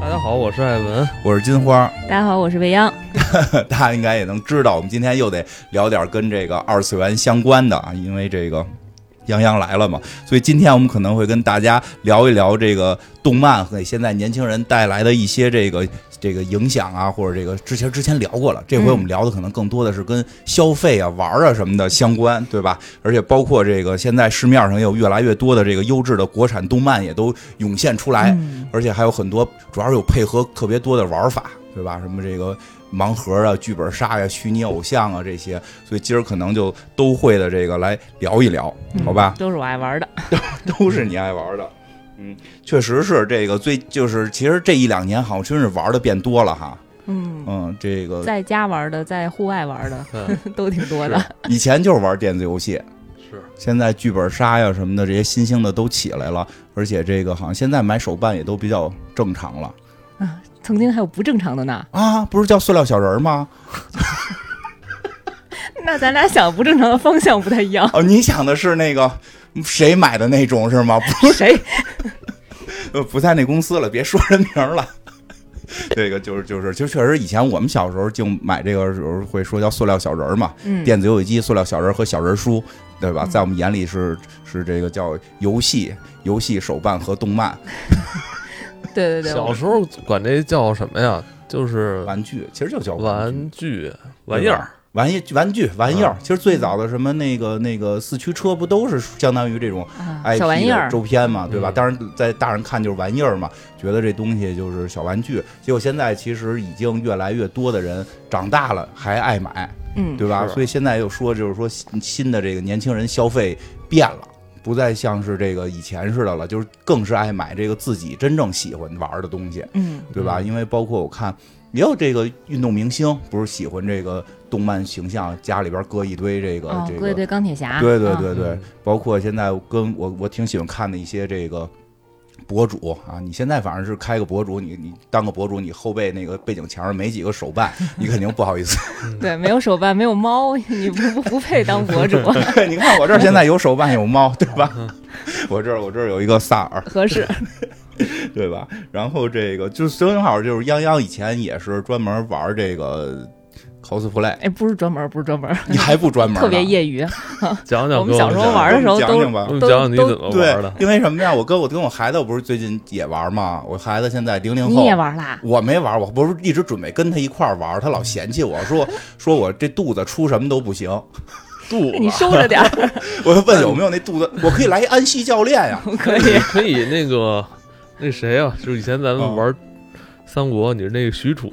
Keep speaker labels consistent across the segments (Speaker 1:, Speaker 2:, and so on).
Speaker 1: 大家好，我是艾文。
Speaker 2: 我是金花，
Speaker 3: 大家好，我是未央。
Speaker 2: 大家应该也能知道，我们今天又得聊点跟这个二次元相关的啊，因为这个洋洋来了嘛，所以今天我们可能会跟大家聊一聊这个动漫给现在年轻人带来的一些这个这个影响啊，或者这个之前之前聊过了，这回我们聊的可能更多的是跟消费啊、玩啊什么的相关，对吧？而且包括这个现在市面上也有越来越多的这个优质的国产动漫也都涌现出来，
Speaker 3: 嗯
Speaker 2: 而且还有很多，主要是有配合特别多的玩法，对吧？什么这个盲盒啊、剧本杀呀、虚拟偶像啊这些，所以今儿可能就都会的这个来聊一聊，好吧？
Speaker 3: 都是我爱玩的。
Speaker 2: 都是你爱玩的，嗯，确实是这个最就是其实这一两年好像真是玩的变多了哈，
Speaker 3: 嗯，
Speaker 2: 嗯，这个
Speaker 3: 在家玩的，在户外玩的
Speaker 1: 嗯，
Speaker 3: 都挺多的。
Speaker 2: 以前就是玩电子游戏，
Speaker 1: 是
Speaker 2: 现在剧本杀呀什么的这些新兴的都起来了，而且这个好像现在买手办也都比较正常了。
Speaker 3: 啊，曾经还有不正常的呢。
Speaker 2: 啊，不是叫塑料小人儿吗？。
Speaker 3: 那咱俩想不正常的方向不太一样
Speaker 2: 哦，你想的是那个谁买的那种是吗？ 不是，
Speaker 3: 谁？
Speaker 2: 呃不在那公司了，别说人名儿了。 这个就是就是，就确实以前我们小时候就买这个时候会说叫塑料小人儿嘛，
Speaker 3: 嗯，
Speaker 2: 电子游戏机、塑料小人儿和小人书，对吧？在我们眼里是是这个叫游戏、游戏手办和动漫
Speaker 3: 对对对，
Speaker 1: 小
Speaker 3: 我
Speaker 1: 时候管这叫什么呀？就是
Speaker 2: 玩具，其实就叫具
Speaker 1: 玩具玩意儿。嗯
Speaker 2: 玩意玩具玩意儿。其实最早的什么那个那个四驱车不都是相当于这种
Speaker 3: 啊
Speaker 2: IP
Speaker 3: 小玩意
Speaker 2: 的
Speaker 3: 儿。
Speaker 2: 周边嘛，对吧？
Speaker 1: 嗯
Speaker 2: 当然，在大人看就是玩意儿嘛，觉得这东西就是小玩具。结果现在其实已经越来越多的人长大了还爱买，
Speaker 3: 嗯，
Speaker 2: 对吧？
Speaker 1: 是
Speaker 2: 所以现在又说就是说新新的这个年轻人消费变了。不再像是这个以前似的了，就是更是爱买这个自己真正喜欢玩的东西，
Speaker 3: 嗯，
Speaker 2: 对吧？因为包括我看也有这个运动明星，不是喜欢这个动漫形象，家里边搁一堆这个、
Speaker 3: 哦
Speaker 2: 呃这，个
Speaker 3: 各位对钢铁侠。
Speaker 2: 对对
Speaker 3: 啊，
Speaker 2: 对对
Speaker 1: 嗯，
Speaker 2: 包括现在跟我我挺喜欢看的一些这个博主啊，你现在反正是开个博主，你你当个博主，你后背那个背景墙上没几个 手办，你肯定不好意思。
Speaker 3: 对，没有手办，没有猫， 你不不不配当 博主，
Speaker 2: 你看我这儿现在有手办有猫，对 吧？我这儿我这儿有一个萨尔，
Speaker 3: 合适。
Speaker 2: 对吧？然后这个就是正好就是泱泱以前也是专门玩这个 cosplay，
Speaker 3: 哎，不是专门，不是专门，
Speaker 2: 你还不专门呢
Speaker 3: 特别业余。
Speaker 1: 讲讲
Speaker 3: 我们
Speaker 1: 给
Speaker 3: 小时候玩儿的时候
Speaker 2: 讲
Speaker 3: 都
Speaker 2: 讲吧
Speaker 1: 我们
Speaker 3: 都
Speaker 1: 讲讲你
Speaker 3: 都
Speaker 1: 怎么
Speaker 2: 对
Speaker 1: 玩的，。
Speaker 2: 因为什么呀？我跟我跟我孩子，我不是最近也玩嘛？我孩子现在零零后，
Speaker 3: 你也玩啊啦？
Speaker 2: 我没玩，我不是一直准备跟他一块儿玩，他老嫌 弃我说说我这肚子出什么都不行，
Speaker 1: 肚
Speaker 3: 哎你
Speaker 1: 子
Speaker 3: 收 着点儿，
Speaker 2: 我就问有没有那
Speaker 1: 嗯
Speaker 2: 肚子，我可以来一安西教练呀、
Speaker 3: 可以
Speaker 1: 你。可以那个那谁啊， 就是以前咱
Speaker 3: 哦
Speaker 1: 们玩三国，你是那个许 褚，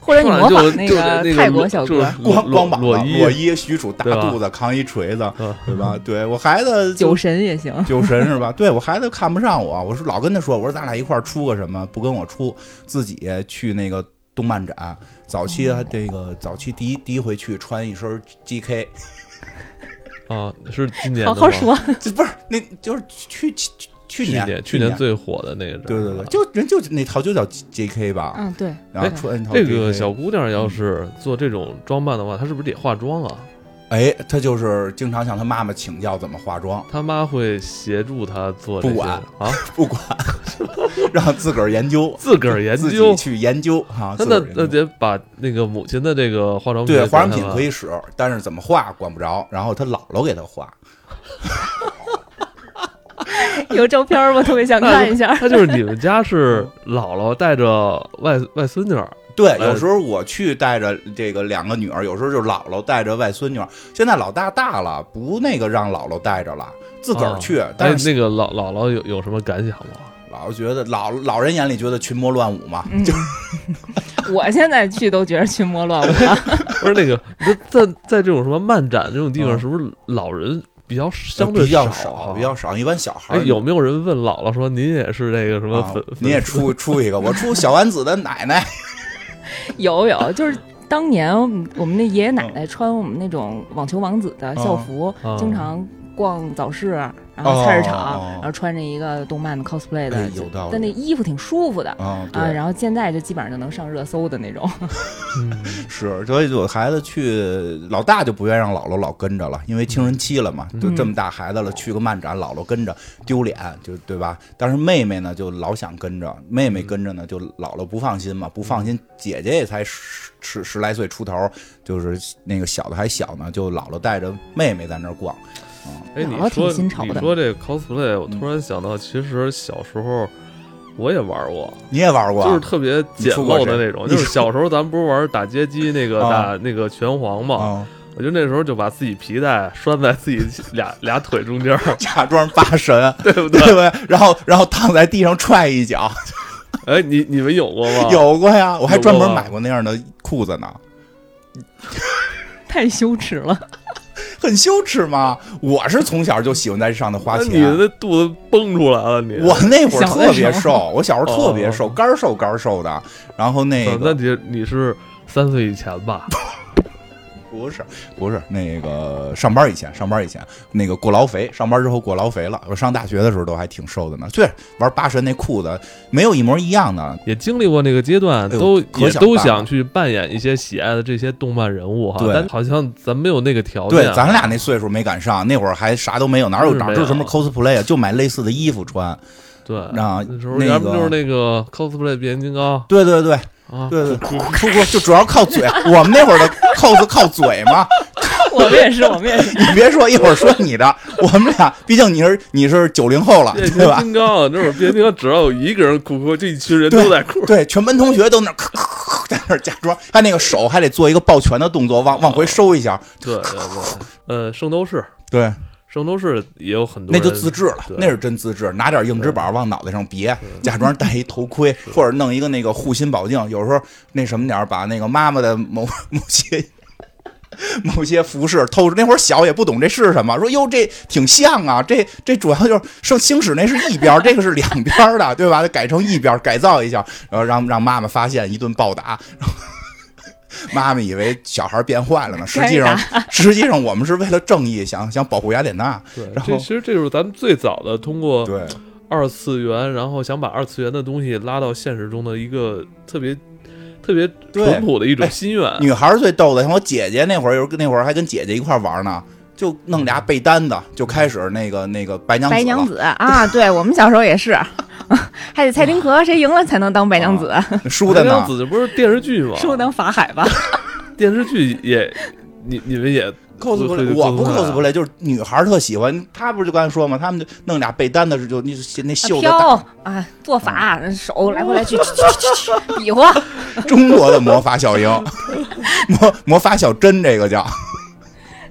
Speaker 3: 或者你
Speaker 1: 突然
Speaker 3: 模
Speaker 1: 就
Speaker 3: 仿那
Speaker 1: 就那
Speaker 3: 个泰国小
Speaker 1: 就是
Speaker 3: 哥，
Speaker 2: 光光膀子，
Speaker 1: 裸
Speaker 2: 裸
Speaker 1: 衣，
Speaker 2: 衣许褚大
Speaker 1: 对吧
Speaker 2: 肚子扛一锤子，
Speaker 1: 嗯
Speaker 2: 对吧？对我孩子 就
Speaker 3: 酒 神也行。
Speaker 2: 酒神是吧？对我孩子看不上我，我是老跟他说，我说咱俩一块儿出个什么，不跟我出，自己去那个动漫展。早期还这个早期第一第一回去穿一身 GK，
Speaker 1: 啊，是今年
Speaker 3: 好
Speaker 1: 的
Speaker 3: 好
Speaker 1: 吗
Speaker 3: 说，
Speaker 2: 这不是那就是去去去
Speaker 1: 去
Speaker 2: 年
Speaker 1: 年
Speaker 2: 去
Speaker 1: 年最火的那个，
Speaker 2: 对对对，。就人就那套就叫 JK 吧，
Speaker 3: 嗯，对，
Speaker 2: 然后
Speaker 3: 哎
Speaker 2: 穿一套
Speaker 1: 这个
Speaker 2: JK
Speaker 1: 小姑娘要是做这种装扮的话，她是不是得化妆啊？
Speaker 2: 哎，他就是经常向他妈妈请教怎么化妆，
Speaker 1: 她妈会协助她做这
Speaker 2: 不
Speaker 1: 些
Speaker 2: 管
Speaker 1: 啊，
Speaker 2: 不管让自个儿研究，
Speaker 1: 自个儿 研
Speaker 2: 自
Speaker 1: 究
Speaker 2: 己。去研究哈。
Speaker 1: 她
Speaker 2: 自个
Speaker 1: 那
Speaker 2: 儿研
Speaker 1: 那
Speaker 2: 究
Speaker 1: 得把那个母亲的这个化妆品
Speaker 2: 对
Speaker 1: 给她
Speaker 2: 化
Speaker 1: 吧，
Speaker 2: 妆品可以使，但是怎么化管不着，然后他姥姥给他化，
Speaker 3: 有照片吗？特别想看一下。
Speaker 1: 那就是你们家是
Speaker 2: 嗯
Speaker 1: 姥姥带着外外孙女儿，
Speaker 2: 对，
Speaker 1: 呃
Speaker 2: 有时候我去带着这个两个女儿，有时候就是姥姥带着外孙女儿。现在老大大了，不那个让姥姥带着了，自
Speaker 1: 哦
Speaker 2: 个儿去。但
Speaker 1: 但
Speaker 2: 是
Speaker 1: 哎那个姥姥姥有有什么感想吗？
Speaker 2: 姥姥觉得老老人眼里觉得群魔乱舞嘛，
Speaker 3: 嗯， 我现在去都觉得群魔乱舞了。啊
Speaker 1: 不是那个，那在在这种什么漫展这种地方，
Speaker 2: 嗯呃
Speaker 1: 是不是老人比较相对
Speaker 2: 比较
Speaker 1: 啊
Speaker 2: 少，比较少。一般小孩
Speaker 1: 哎，
Speaker 2: 儿
Speaker 1: 有没有人问姥姥说您也是那个什么
Speaker 2: 啊
Speaker 1: 粉？
Speaker 2: 你也出出一个，我出小丸子的 奶奶。
Speaker 3: 有有，就是嗯当年我们我们那爷爷奶奶穿我们那种网球王子的校服
Speaker 1: 嗯嗯，
Speaker 3: 经常逛早市，然后菜市场，
Speaker 2: 哦
Speaker 3: 然后穿着一个动漫的 cosplay 的，
Speaker 2: 哎有道理
Speaker 3: 但那衣服挺舒服的
Speaker 2: 啊，
Speaker 3: 啊。
Speaker 2: 对，
Speaker 3: 然后现在就基本上就能上热搜的那种。
Speaker 1: 嗯，
Speaker 2: 是，所以有孩子去，老大就不愿意让姥姥老跟着了，因为青春期了
Speaker 1: 嗯
Speaker 2: 嘛，就这么大孩子了，去个漫展，姥姥跟着丢脸，就对吧？但是妹妹呢，就老想跟着，妹妹跟着呢，就姥姥不放心嘛，不放心，姐姐也才十十十来岁出头，就是那个小的还小呢，就姥姥带着妹妹在那儿逛，
Speaker 1: 哎，你
Speaker 3: 姥姥挺
Speaker 1: 说
Speaker 3: 新潮的嗯
Speaker 1: 你说这 cosplay，我突然想到，其实小时候我也玩过，
Speaker 2: 你也玩过啊，
Speaker 1: 就是特别简陋的那种，
Speaker 2: 你出过谁
Speaker 1: 就是小时候咱们不是玩打街机那个
Speaker 2: 啊
Speaker 1: 打那个拳皇嘛，
Speaker 2: 啊，
Speaker 1: 我就那时候就把自己皮带拴在自己俩俩腿中间儿，
Speaker 2: 假装八神，
Speaker 1: 对不
Speaker 2: 对
Speaker 1: 对？
Speaker 2: 不对？然后然后躺在地上踹一脚，
Speaker 1: 哎，你你们有过吗？
Speaker 2: 有过呀，我还专门
Speaker 1: 啊有过吧
Speaker 2: 买过那样的裤子呢，
Speaker 3: 太羞耻 了，
Speaker 2: 很羞耻吗？我是从小就喜欢在这上头花
Speaker 1: 那你的
Speaker 2: 钱。
Speaker 1: 那肚子蹦出来了，你
Speaker 2: 我那会儿
Speaker 3: 想
Speaker 2: 特别
Speaker 3: 为什么
Speaker 2: 瘦，我小时候特别瘦，
Speaker 1: 哦
Speaker 2: 干儿瘦干儿瘦的。然后那
Speaker 1: 啊
Speaker 2: 个
Speaker 1: 那你你是三岁以前吧？
Speaker 2: 不是不是那个上班以前，上班以前那个过劳肥，上班之后过劳肥了。我上大学的时候都还挺瘦的呢。对，玩八神那裤子没有一模一样的，
Speaker 1: 也经历过那个阶段，
Speaker 2: 哎呦
Speaker 1: 都
Speaker 2: 可
Speaker 1: 也
Speaker 2: 想
Speaker 1: 都
Speaker 2: 办
Speaker 1: 想
Speaker 2: 了
Speaker 1: 去扮演一些喜爱的这些动漫人物哈，
Speaker 2: 对
Speaker 1: 但好像咱没有那个条件。
Speaker 2: 对，咱俩那岁数没赶上，那会儿还啥都没有，哪
Speaker 1: 啊
Speaker 2: 有
Speaker 1: 嗯是没有
Speaker 2: 哪知道什么 cosplay 啊？就买类似的衣服穿。
Speaker 1: 对
Speaker 2: 那
Speaker 1: 那时候
Speaker 2: 那
Speaker 1: 咱们
Speaker 2: 个
Speaker 1: 就是那个 cosplay 变形金刚
Speaker 2: 对对对
Speaker 1: 啊，
Speaker 2: 对对，出国就主要靠嘴。我们那会儿的 cos 靠嘴嘛。
Speaker 3: 我们也是，我们也是。
Speaker 2: 你别说，一会儿说你的，我们俩毕竟你是你是九零后了，
Speaker 1: 变
Speaker 2: 对
Speaker 1: 形
Speaker 2: 吧？
Speaker 1: 金刚那会儿变形金刚只要有一个人哭哭，这一群人都在哭。
Speaker 2: 对，全班同学都那儿咳咳咳在那儿假装，他那个手还得做一个抱拳的动作，往往回收一下。
Speaker 1: 对对对， 呃，圣斗士，
Speaker 2: 对，
Speaker 1: 圣斗士也有很多
Speaker 2: 那
Speaker 1: 人，
Speaker 2: 就自制了，
Speaker 1: 对
Speaker 2: 那是真自制，拿点硬纸板往脑袋上别，假装戴一头盔，或者弄一个那个护心宝镜。有时候那什么点儿，把那个妈妈的某某些。某些服饰透视，那会儿小也不懂这是什么，说哟这挺像啊，这这主要就是圣星矢那是一边儿，这个是两边儿的，对吧？得改成一边儿改造一下，然后让让妈妈发现一顿暴打， 然后妈妈以为小孩变坏了呢，实际上实际上我们是为了正义想想保护雅典娜，
Speaker 1: 对，
Speaker 2: 然
Speaker 1: 这
Speaker 2: 后
Speaker 1: 其实这就是咱们最早的通过
Speaker 2: 对。
Speaker 1: 二次元，然后想把二次元的东西拉到现实中的一个特别特别
Speaker 2: 对
Speaker 1: 淳朴的一种
Speaker 2: 哎
Speaker 1: 心愿。
Speaker 2: 女孩儿最逗的，像我姐姐那会儿，有时候那会儿还跟姐姐一块儿玩呢，就弄俩被单子，就开始那个那个白娘子了
Speaker 3: 白娘子啊，对我们小时候也是， 还得猜丁壳，谁赢了才能当白娘子，啊
Speaker 2: 输
Speaker 1: 白
Speaker 2: 的
Speaker 1: 娘
Speaker 3: 哎
Speaker 2: 呢，
Speaker 1: 子这不是电视剧吗？
Speaker 3: 是不啊是当法海吧？
Speaker 1: 电视剧也，你你们也
Speaker 2: cosplay，
Speaker 1: 会
Speaker 2: 我不
Speaker 1: 会
Speaker 3: 啊
Speaker 2: cosplay，就是女孩儿特喜欢，她不是就刚才说嘛，她们就弄俩被单子，就那那绣的
Speaker 3: 飘
Speaker 2: 大嗯
Speaker 3: 啊，做法，手来回来去，去去去去比划，
Speaker 2: 中国的魔法小樱， 魔魔法小针这个
Speaker 3: 哦
Speaker 2: 叫，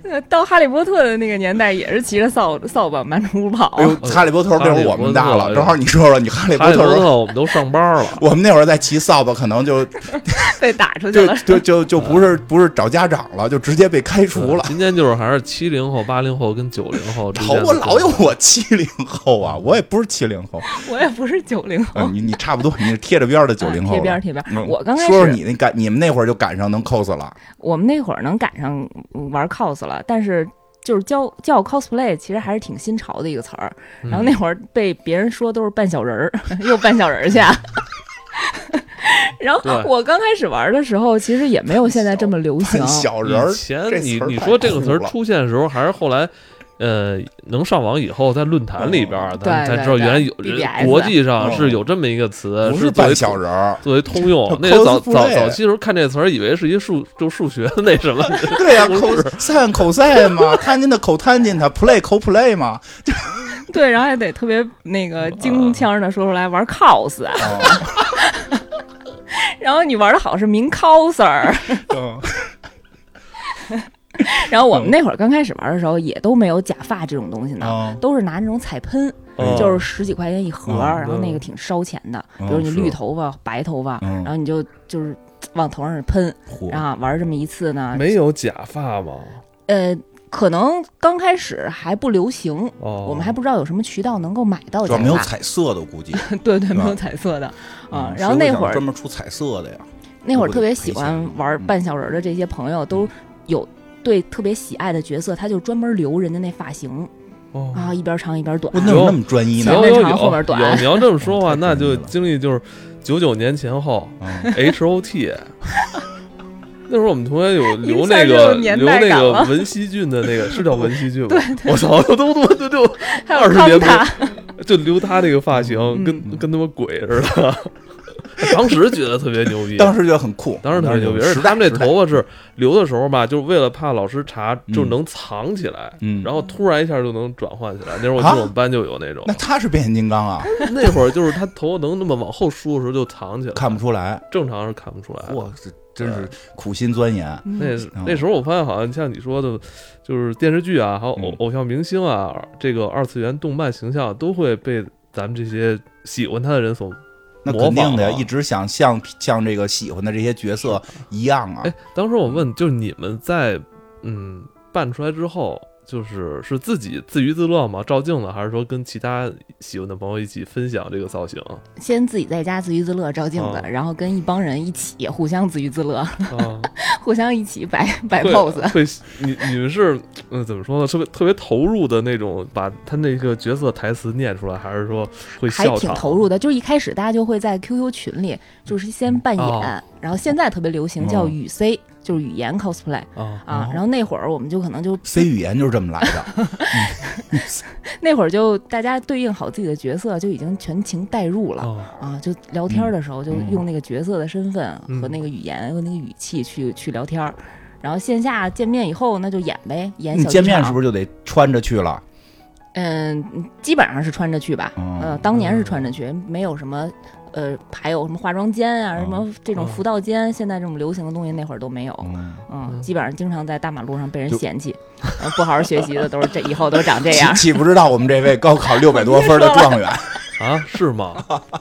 Speaker 3: 呃到哈利波特的那个年代，也是骑着扫扫把满处跑
Speaker 2: 哎。呦，哈利波特那会儿我们大了，正好你说说你哈利波
Speaker 1: 哈利
Speaker 2: 特
Speaker 1: 波
Speaker 2: 时候。
Speaker 1: 特我们都上班了，
Speaker 2: 我们那会儿在骑扫把，可能 就
Speaker 3: 被打出去
Speaker 2: 就
Speaker 3: 了。
Speaker 2: 就就就不是不是找家长了，就直接被开除了。
Speaker 1: 呃今天就是还是七零后、八零后跟九零后之
Speaker 2: 好
Speaker 1: 间，的
Speaker 2: 我老有我七零后啊，
Speaker 3: 嗯
Speaker 2: 我也不是七零后，
Speaker 3: 我也不是九零
Speaker 2: 啊
Speaker 3: 后，
Speaker 2: 你你差不多，你是贴着边儿的九零后了。
Speaker 3: 哦贴边儿贴边儿
Speaker 2: 嗯
Speaker 3: 我刚开始
Speaker 2: 说说你那赶，你们那会儿就赶上能 cos 了，
Speaker 3: 我们那会儿能赶上玩 cos 了，但是就是叫叫 cosplay，其实还是挺新潮的一个词儿。
Speaker 1: 嗯
Speaker 3: 然后那会儿被别人说都是扮小人儿， 又扮小人儿去啊。 然后
Speaker 1: 对
Speaker 3: 我刚开始玩的时候，其实也没有现在这么流行
Speaker 2: 扮。小人儿
Speaker 1: 以。前
Speaker 2: 这
Speaker 1: 你
Speaker 2: 词儿
Speaker 1: 你
Speaker 2: 太
Speaker 1: 说这个词儿
Speaker 2: 酷了
Speaker 1: 出现的时候，还是后来，呃，能上网以后，在论坛里边儿，
Speaker 3: 对
Speaker 1: 咱才
Speaker 3: 嗯对
Speaker 1: 知道
Speaker 3: 对
Speaker 1: 原来有人
Speaker 3: BBS
Speaker 1: 国际上
Speaker 2: 嗯
Speaker 1: 是有这么一个词，
Speaker 2: 不
Speaker 1: 是作为
Speaker 2: 扮小 人儿，
Speaker 1: 作为通用
Speaker 2: 叫。
Speaker 1: 那个早
Speaker 2: cosplay
Speaker 1: 早早期时候看这词儿，以为是一数就数学的那 什么，
Speaker 2: 对呀、
Speaker 1: 不
Speaker 2: c
Speaker 1: 是
Speaker 2: o s 散口散嘛，摊进的口摊进它，play 口 play 嘛，
Speaker 3: 对，然后还得特别那个
Speaker 2: 嗯
Speaker 3: 京腔的说出来玩 cos，啊
Speaker 2: 哦
Speaker 3: 然后你玩的好是 名 coser。
Speaker 2: 嗯
Speaker 3: 哦然后我们那会儿刚开始玩的时候，也都没有假发这种东西呢，
Speaker 2: 哦
Speaker 3: 都是拿那种彩喷，
Speaker 1: 哦
Speaker 3: 就是十几块钱一盒，
Speaker 2: 嗯
Speaker 3: 然后那个挺烧钱的。
Speaker 2: 嗯
Speaker 3: 比如你
Speaker 2: 是
Speaker 3: 绿头发、白头发，
Speaker 2: 嗯
Speaker 3: 然后你就就是往头上喷，
Speaker 2: 嚯
Speaker 3: 然后玩这么一次呢，
Speaker 1: 没有假发吗？
Speaker 3: 呃，可能刚开始还不流行。
Speaker 1: 哦，
Speaker 3: 我们还不知道有什么渠道能够买到
Speaker 2: 主
Speaker 3: 假
Speaker 2: 要没有
Speaker 3: 发，
Speaker 2: 彩色的，我估计
Speaker 3: 对对，
Speaker 2: 是吧
Speaker 3: 没有彩色的啊
Speaker 2: 嗯。
Speaker 3: 然后
Speaker 2: 谁
Speaker 3: 那
Speaker 2: 想
Speaker 3: 会儿啊
Speaker 2: 专门出彩色的呀，
Speaker 3: 那会儿
Speaker 2: 不
Speaker 3: 特
Speaker 2: 会
Speaker 3: 别
Speaker 2: 赔
Speaker 3: 喜
Speaker 2: 钱
Speaker 3: 欢玩
Speaker 2: 嗯
Speaker 3: 扮小人儿的这些朋友，都有对特别喜爱的角色，他就专门留人家那发型，
Speaker 1: 哦，
Speaker 3: 啊，一边长一边短
Speaker 2: 我。哦那有那么专一
Speaker 1: 有
Speaker 2: 呢？
Speaker 1: 有有
Speaker 3: 前面
Speaker 1: 有
Speaker 3: 长后面短
Speaker 1: 有，你要这么 说的话，
Speaker 2: 太
Speaker 1: 那就
Speaker 2: 专业了
Speaker 1: 经历就是九九年前后
Speaker 2: 嗯
Speaker 1: HOT。那时候我们同学有留
Speaker 3: 一
Speaker 1: 那
Speaker 3: 下就
Speaker 1: 个
Speaker 3: 有年
Speaker 1: 留
Speaker 3: 代
Speaker 1: 那
Speaker 3: 感
Speaker 1: 个
Speaker 3: 了
Speaker 1: 文熙俊的那个是叫文熙 俊吗？我操，都都都都都
Speaker 3: 还有
Speaker 1: 20
Speaker 3: 康
Speaker 1: 年不
Speaker 3: 塔，
Speaker 1: 就留他那个发型，
Speaker 3: 嗯
Speaker 1: 跟
Speaker 2: 嗯
Speaker 1: 跟他妈鬼似的。 当时觉得特别牛逼，
Speaker 2: 嗯当时觉得很酷，
Speaker 1: 当时特别牛逼，而
Speaker 2: 时
Speaker 1: 且他
Speaker 2: 代
Speaker 1: 们这
Speaker 2: 时代
Speaker 1: 头发是留的时候吧，就是为了怕老师查，就能藏起来，
Speaker 2: 嗯啊
Speaker 1: 然后突然一下就能转换起来。那会儿我记得我们班就有那种
Speaker 2: 那，他是变形金刚啊，
Speaker 1: 那会儿就是他头发能那么往后梳的时候就藏起来，
Speaker 2: 看不出来。
Speaker 1: 正常是看不出来的。
Speaker 2: 哇，这真是苦心钻研。
Speaker 1: 那
Speaker 2: 嗯
Speaker 1: 那时候我发现，好像像你说的，就是电视剧啊，还有偶
Speaker 2: 嗯
Speaker 1: 偶像明星啊，这个二次元动漫形象都会被咱们这些喜欢他的人所
Speaker 2: 那
Speaker 1: 模
Speaker 2: 肯定
Speaker 1: 仿
Speaker 2: 的
Speaker 1: 啊
Speaker 2: 呀，一直想像像这个喜欢的这些角色一样啊
Speaker 1: 哎。，当时我问，就是你们在嗯办出来之后，就是是自己自娱自乐吗？照镜子，还是说跟其他喜欢的朋友一起分享这个 造型？
Speaker 3: 先自己在家自娱自乐照镜子
Speaker 1: 哦，
Speaker 3: 然后跟一帮人一起互相自娱自乐，
Speaker 1: 啊，
Speaker 3: 互相一起摆摆
Speaker 1: 会
Speaker 3: pose。
Speaker 1: 会，你你们是嗯、怎么说呢？特别特别投入的那种，把他那个角色台词念出来，还是说会
Speaker 3: 还
Speaker 1: 笑
Speaker 3: 挺
Speaker 1: 场？
Speaker 3: 投入的，就是一开始大家就会在 QQ 群里，就是先扮演，
Speaker 1: 哦
Speaker 3: 然后现在特别流行叫
Speaker 2: 嗯
Speaker 3: 语 C，、就是语言 cosplay
Speaker 1: 啊
Speaker 3: 啊
Speaker 2: 哦。
Speaker 3: 然后那会儿我们就可能就
Speaker 2: C 语言就是这么来的，
Speaker 3: 那会儿就大家对应好自己的角色，就已经全情代入了、
Speaker 1: 啊，
Speaker 3: 啊。就聊天的时候，就
Speaker 2: 嗯
Speaker 3: 用那个角色的身份
Speaker 1: 嗯
Speaker 3: 和那个语言、和那个语气去去聊天儿。然后线下见面以后，那就演呗，演
Speaker 2: 你
Speaker 3: 哎小剧
Speaker 2: 见面
Speaker 3: 场
Speaker 2: 是不是就得穿着去了？
Speaker 3: 嗯，基本上是穿着去吧。
Speaker 2: 嗯
Speaker 3: 呃，当年是
Speaker 1: 嗯
Speaker 3: 穿着去，没有什么，呃，还有什么化妆间啊，
Speaker 2: 嗯
Speaker 3: 什么这种
Speaker 1: 嗯
Speaker 3: 服道间，现在这种流行的东西那会儿都没有。
Speaker 2: 嗯，
Speaker 3: 嗯，
Speaker 1: 嗯
Speaker 3: 基本上经常在大马路上被人
Speaker 2: 就
Speaker 3: 嫌弃，呃不好好学习的都是这以后都长这
Speaker 2: 岂。
Speaker 3: 样
Speaker 2: 岂不知道我们这位高考六百多分的状 元，
Speaker 1: 啊，是 吗？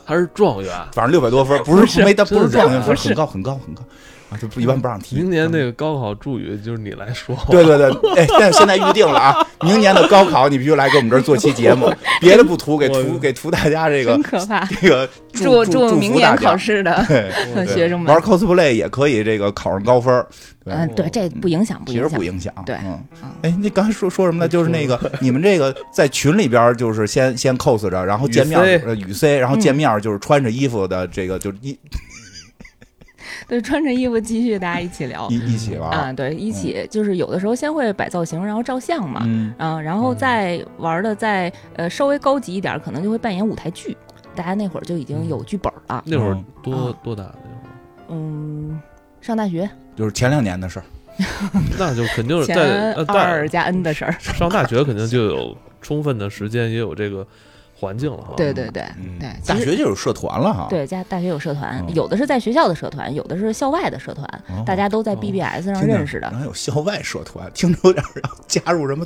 Speaker 1: 还是状元？
Speaker 2: 反正六百多分不是没他不是
Speaker 1: 真的
Speaker 2: 状元分，
Speaker 1: 不是
Speaker 2: 很高很高很高啊，就不一般不让提。
Speaker 1: 明年那个高考祝语就是你来说，
Speaker 2: 对对对，哎，但是现在预定了啊，明年的高考你必须来给我们这儿做期节目，别的不图，给
Speaker 1: 我
Speaker 2: 图给图大家这个
Speaker 3: 真可怕！
Speaker 2: 这个祝
Speaker 3: 祝
Speaker 2: 祝
Speaker 3: 祝明
Speaker 2: 福大
Speaker 3: 年
Speaker 2: 家
Speaker 3: 考。试的
Speaker 2: 对，
Speaker 1: 对
Speaker 3: 学生们
Speaker 2: 玩，cosplay 也可以，这个考上高分儿，对
Speaker 3: 嗯，对，这不影响，不
Speaker 2: 其
Speaker 3: 影
Speaker 2: 实
Speaker 3: 响
Speaker 2: 不。影响。
Speaker 3: 对
Speaker 2: 嗯
Speaker 3: 嗯，
Speaker 2: 哎，那刚才说说什么呢？就是那 个你们这个在群里边儿就是先先 cos 着，然后见面
Speaker 1: 语
Speaker 2: 儿
Speaker 1: C
Speaker 2: 呃语 C，然后
Speaker 3: 嗯
Speaker 2: 见面儿就是穿着衣服的这个就一
Speaker 3: 对，穿着衣服继续大家一起聊
Speaker 2: 一一起玩
Speaker 3: 啊，
Speaker 2: 儿。
Speaker 3: 对，一起就是有的时候先会摆造型，然后照相嘛，
Speaker 2: 嗯，
Speaker 3: 啊，然后
Speaker 1: 嗯
Speaker 3: 再玩的再呃稍微高级一点儿，可能就会扮演舞台剧。大家那会儿就已经有剧本儿了，
Speaker 1: 那会儿
Speaker 2: 嗯
Speaker 1: 多
Speaker 3: 啊
Speaker 1: 多大那会儿？
Speaker 3: 嗯，上大学
Speaker 2: 就是前两年的事儿。
Speaker 1: 那就肯定是
Speaker 3: 前
Speaker 1: 在呃
Speaker 3: 二
Speaker 1: 在
Speaker 3: 加 N 的事儿，
Speaker 1: 上大学肯定就有充分的时间，也有这个环境了哈。
Speaker 3: 对对对
Speaker 2: 嗯
Speaker 3: 对，其
Speaker 2: 大
Speaker 3: 实
Speaker 2: 学就有社团了哈。，
Speaker 3: 对加大学有社团，
Speaker 2: 嗯
Speaker 3: 有的是在学校的社团，有的是校外的社团，
Speaker 2: 哦啊
Speaker 3: 大家都在
Speaker 1: 哦
Speaker 3: BBS 上
Speaker 2: 听着
Speaker 3: 认识的，
Speaker 2: 然后有校外社团，听着有点儿要加入什么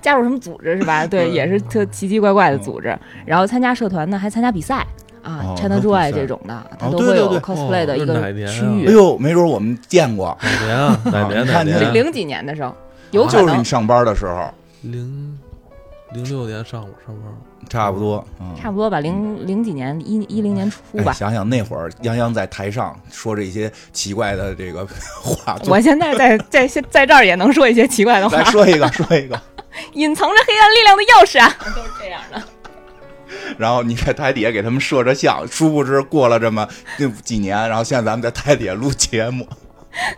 Speaker 3: 加入什么组织 是吧？对，
Speaker 1: 嗯
Speaker 3: 也是特奇奇怪怪的组织。然后参加社团呢，还参加比赛
Speaker 2: 嗯哦
Speaker 3: 啊
Speaker 2: 还
Speaker 3: ，China
Speaker 2: 有比
Speaker 3: Joy
Speaker 2: 赛
Speaker 3: 这种的，它
Speaker 2: 哦
Speaker 3: 都
Speaker 2: 对
Speaker 3: 会
Speaker 2: 对
Speaker 3: 有
Speaker 2: 对
Speaker 3: cosplay 的
Speaker 1: 哦
Speaker 3: 一
Speaker 1: 那是
Speaker 3: 个
Speaker 1: 哪年啊
Speaker 3: 区
Speaker 2: 哎
Speaker 3: 域。
Speaker 2: 呦，没准我们见过，
Speaker 1: 哪年啊？哪年？
Speaker 2: 你
Speaker 1: 哪
Speaker 2: 看
Speaker 1: 年
Speaker 2: 这
Speaker 1: 啊？
Speaker 3: 零几年的时候，有可
Speaker 2: 就是
Speaker 3: 能
Speaker 2: 你上班的时候，
Speaker 1: 零零六年上午上班，
Speaker 2: 差不多，嗯，
Speaker 3: 差不多吧，零零几年一一零年初吧
Speaker 2: 哎。想想那会儿，泱泱在台上说这些奇怪的这个 话，就
Speaker 3: 我现在在在现在这儿也能说一些奇怪的话
Speaker 2: 来，说一个，说一个。
Speaker 3: 隐藏着黑暗力量的钥匙 啊，都是这样的。
Speaker 2: 然后你在台底下给他们摄着像，殊不知过了这么就几年，然后现在咱们在台底下录节目，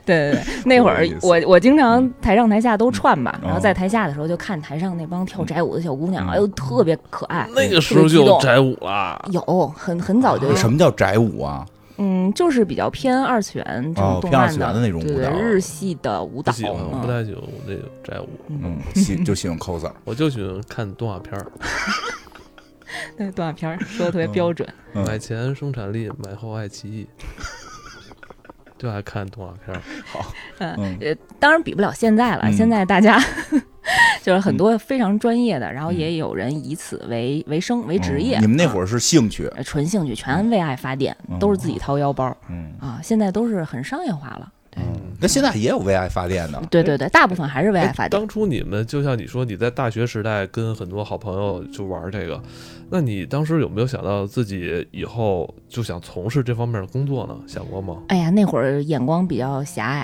Speaker 3: 对对对， 那会儿
Speaker 2: 有意思
Speaker 3: 我我经常台上台下都串吧，
Speaker 2: 嗯
Speaker 3: 然后在台下的时候就看台上那帮跳宅舞的小姑娘，
Speaker 2: 嗯
Speaker 3: 哎呦特别可爱，
Speaker 1: 那个时候就
Speaker 3: 特别
Speaker 1: 有
Speaker 3: 激动
Speaker 1: 宅舞了。
Speaker 3: 有很很早就有，
Speaker 2: 什么叫宅舞啊？
Speaker 3: 嗯，就是比较偏二次元这
Speaker 2: 哦
Speaker 3: 种动
Speaker 2: 偏二
Speaker 3: 漫
Speaker 2: 次元的那种舞蹈
Speaker 3: 对对日系的舞
Speaker 1: 不
Speaker 3: 蹈
Speaker 1: 喜，欢，不
Speaker 3: 嗯
Speaker 1: 太喜欢我这个宅舞，
Speaker 2: 嗯，喜就喜欢 coser，
Speaker 1: 我就喜欢看动画片儿。
Speaker 3: 嗯那动画片儿说的特别标准，
Speaker 2: 嗯
Speaker 1: 买前生产力，买后爱奇艺， 就爱看动画片儿。
Speaker 2: 嗯，
Speaker 3: 呃，当然比不了现在了，
Speaker 2: 嗯
Speaker 3: 现在大家 就是很多非常专业的，然后也有人以此为为生为职业。
Speaker 2: 嗯哦你们那
Speaker 3: 啊
Speaker 2: 会儿是兴趣，
Speaker 3: 呃纯兴趣，全为爱发电，
Speaker 2: 嗯
Speaker 3: 都是自己掏腰包
Speaker 2: 嗯
Speaker 3: 啊！现在都是很商业化了。对
Speaker 2: 嗯，那现在也有为爱发电的，
Speaker 3: 对对对，大部分还是为爱
Speaker 1: 哎
Speaker 3: 发电。
Speaker 1: 当初你们就像你说，你在大学时代跟很多好朋友就玩这个，那你当时有没有想到自己以后就想从事这方面的工作呢？想过吗？
Speaker 3: 哎呀，那会儿眼光比较狭隘，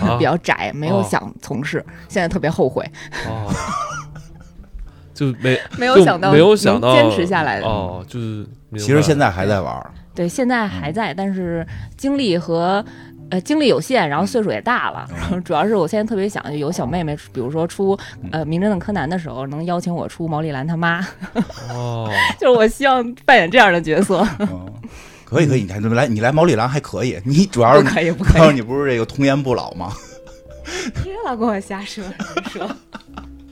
Speaker 1: 啊
Speaker 3: 比，较窄，没有
Speaker 1: 哦
Speaker 3: 想从事，现在特别后悔。
Speaker 1: 哦，啊 就没
Speaker 3: 没
Speaker 1: 就
Speaker 3: 有想到
Speaker 1: 没有想到
Speaker 3: 能坚持下来的。
Speaker 1: 哦，就是明白
Speaker 2: 其实现在还在玩儿，
Speaker 3: 对，现在
Speaker 2: 嗯
Speaker 3: 还在，但是精力和呃精力有限，然后岁数也大了，
Speaker 2: 嗯
Speaker 3: 然后主要是我现在特别想有小妹妹，比如说出
Speaker 2: 嗯
Speaker 3: 呃《名侦探柯南》的时候，能邀请我出毛利兰他妈，
Speaker 1: 哦，
Speaker 3: 就是我希望扮演这样的角色，
Speaker 2: 嗯，可以可以，你看怎么来？你来毛利兰还可以，你主要
Speaker 3: 不
Speaker 2: 是
Speaker 3: 可以不
Speaker 2: 主要
Speaker 3: 可
Speaker 2: 是
Speaker 3: 以，
Speaker 2: 你 不是这个童颜不老吗？
Speaker 3: 别老跟我瞎说说。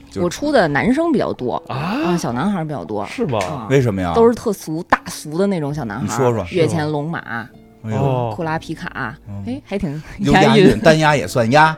Speaker 2: 就
Speaker 3: 我出的男生比较多啊，
Speaker 1: 啊，
Speaker 3: 小男孩比较多，
Speaker 1: 是吗？
Speaker 3: 啊
Speaker 2: 为什么呀？
Speaker 3: 都是特俗大俗的那种小男孩。
Speaker 2: 你说说
Speaker 3: 月前龙马、
Speaker 2: 哎呦
Speaker 1: 哦
Speaker 3: 库，拉皮卡，
Speaker 2: 嗯
Speaker 3: 哎，还挺
Speaker 2: 有押
Speaker 3: 韵
Speaker 2: 韵，。单押也算押。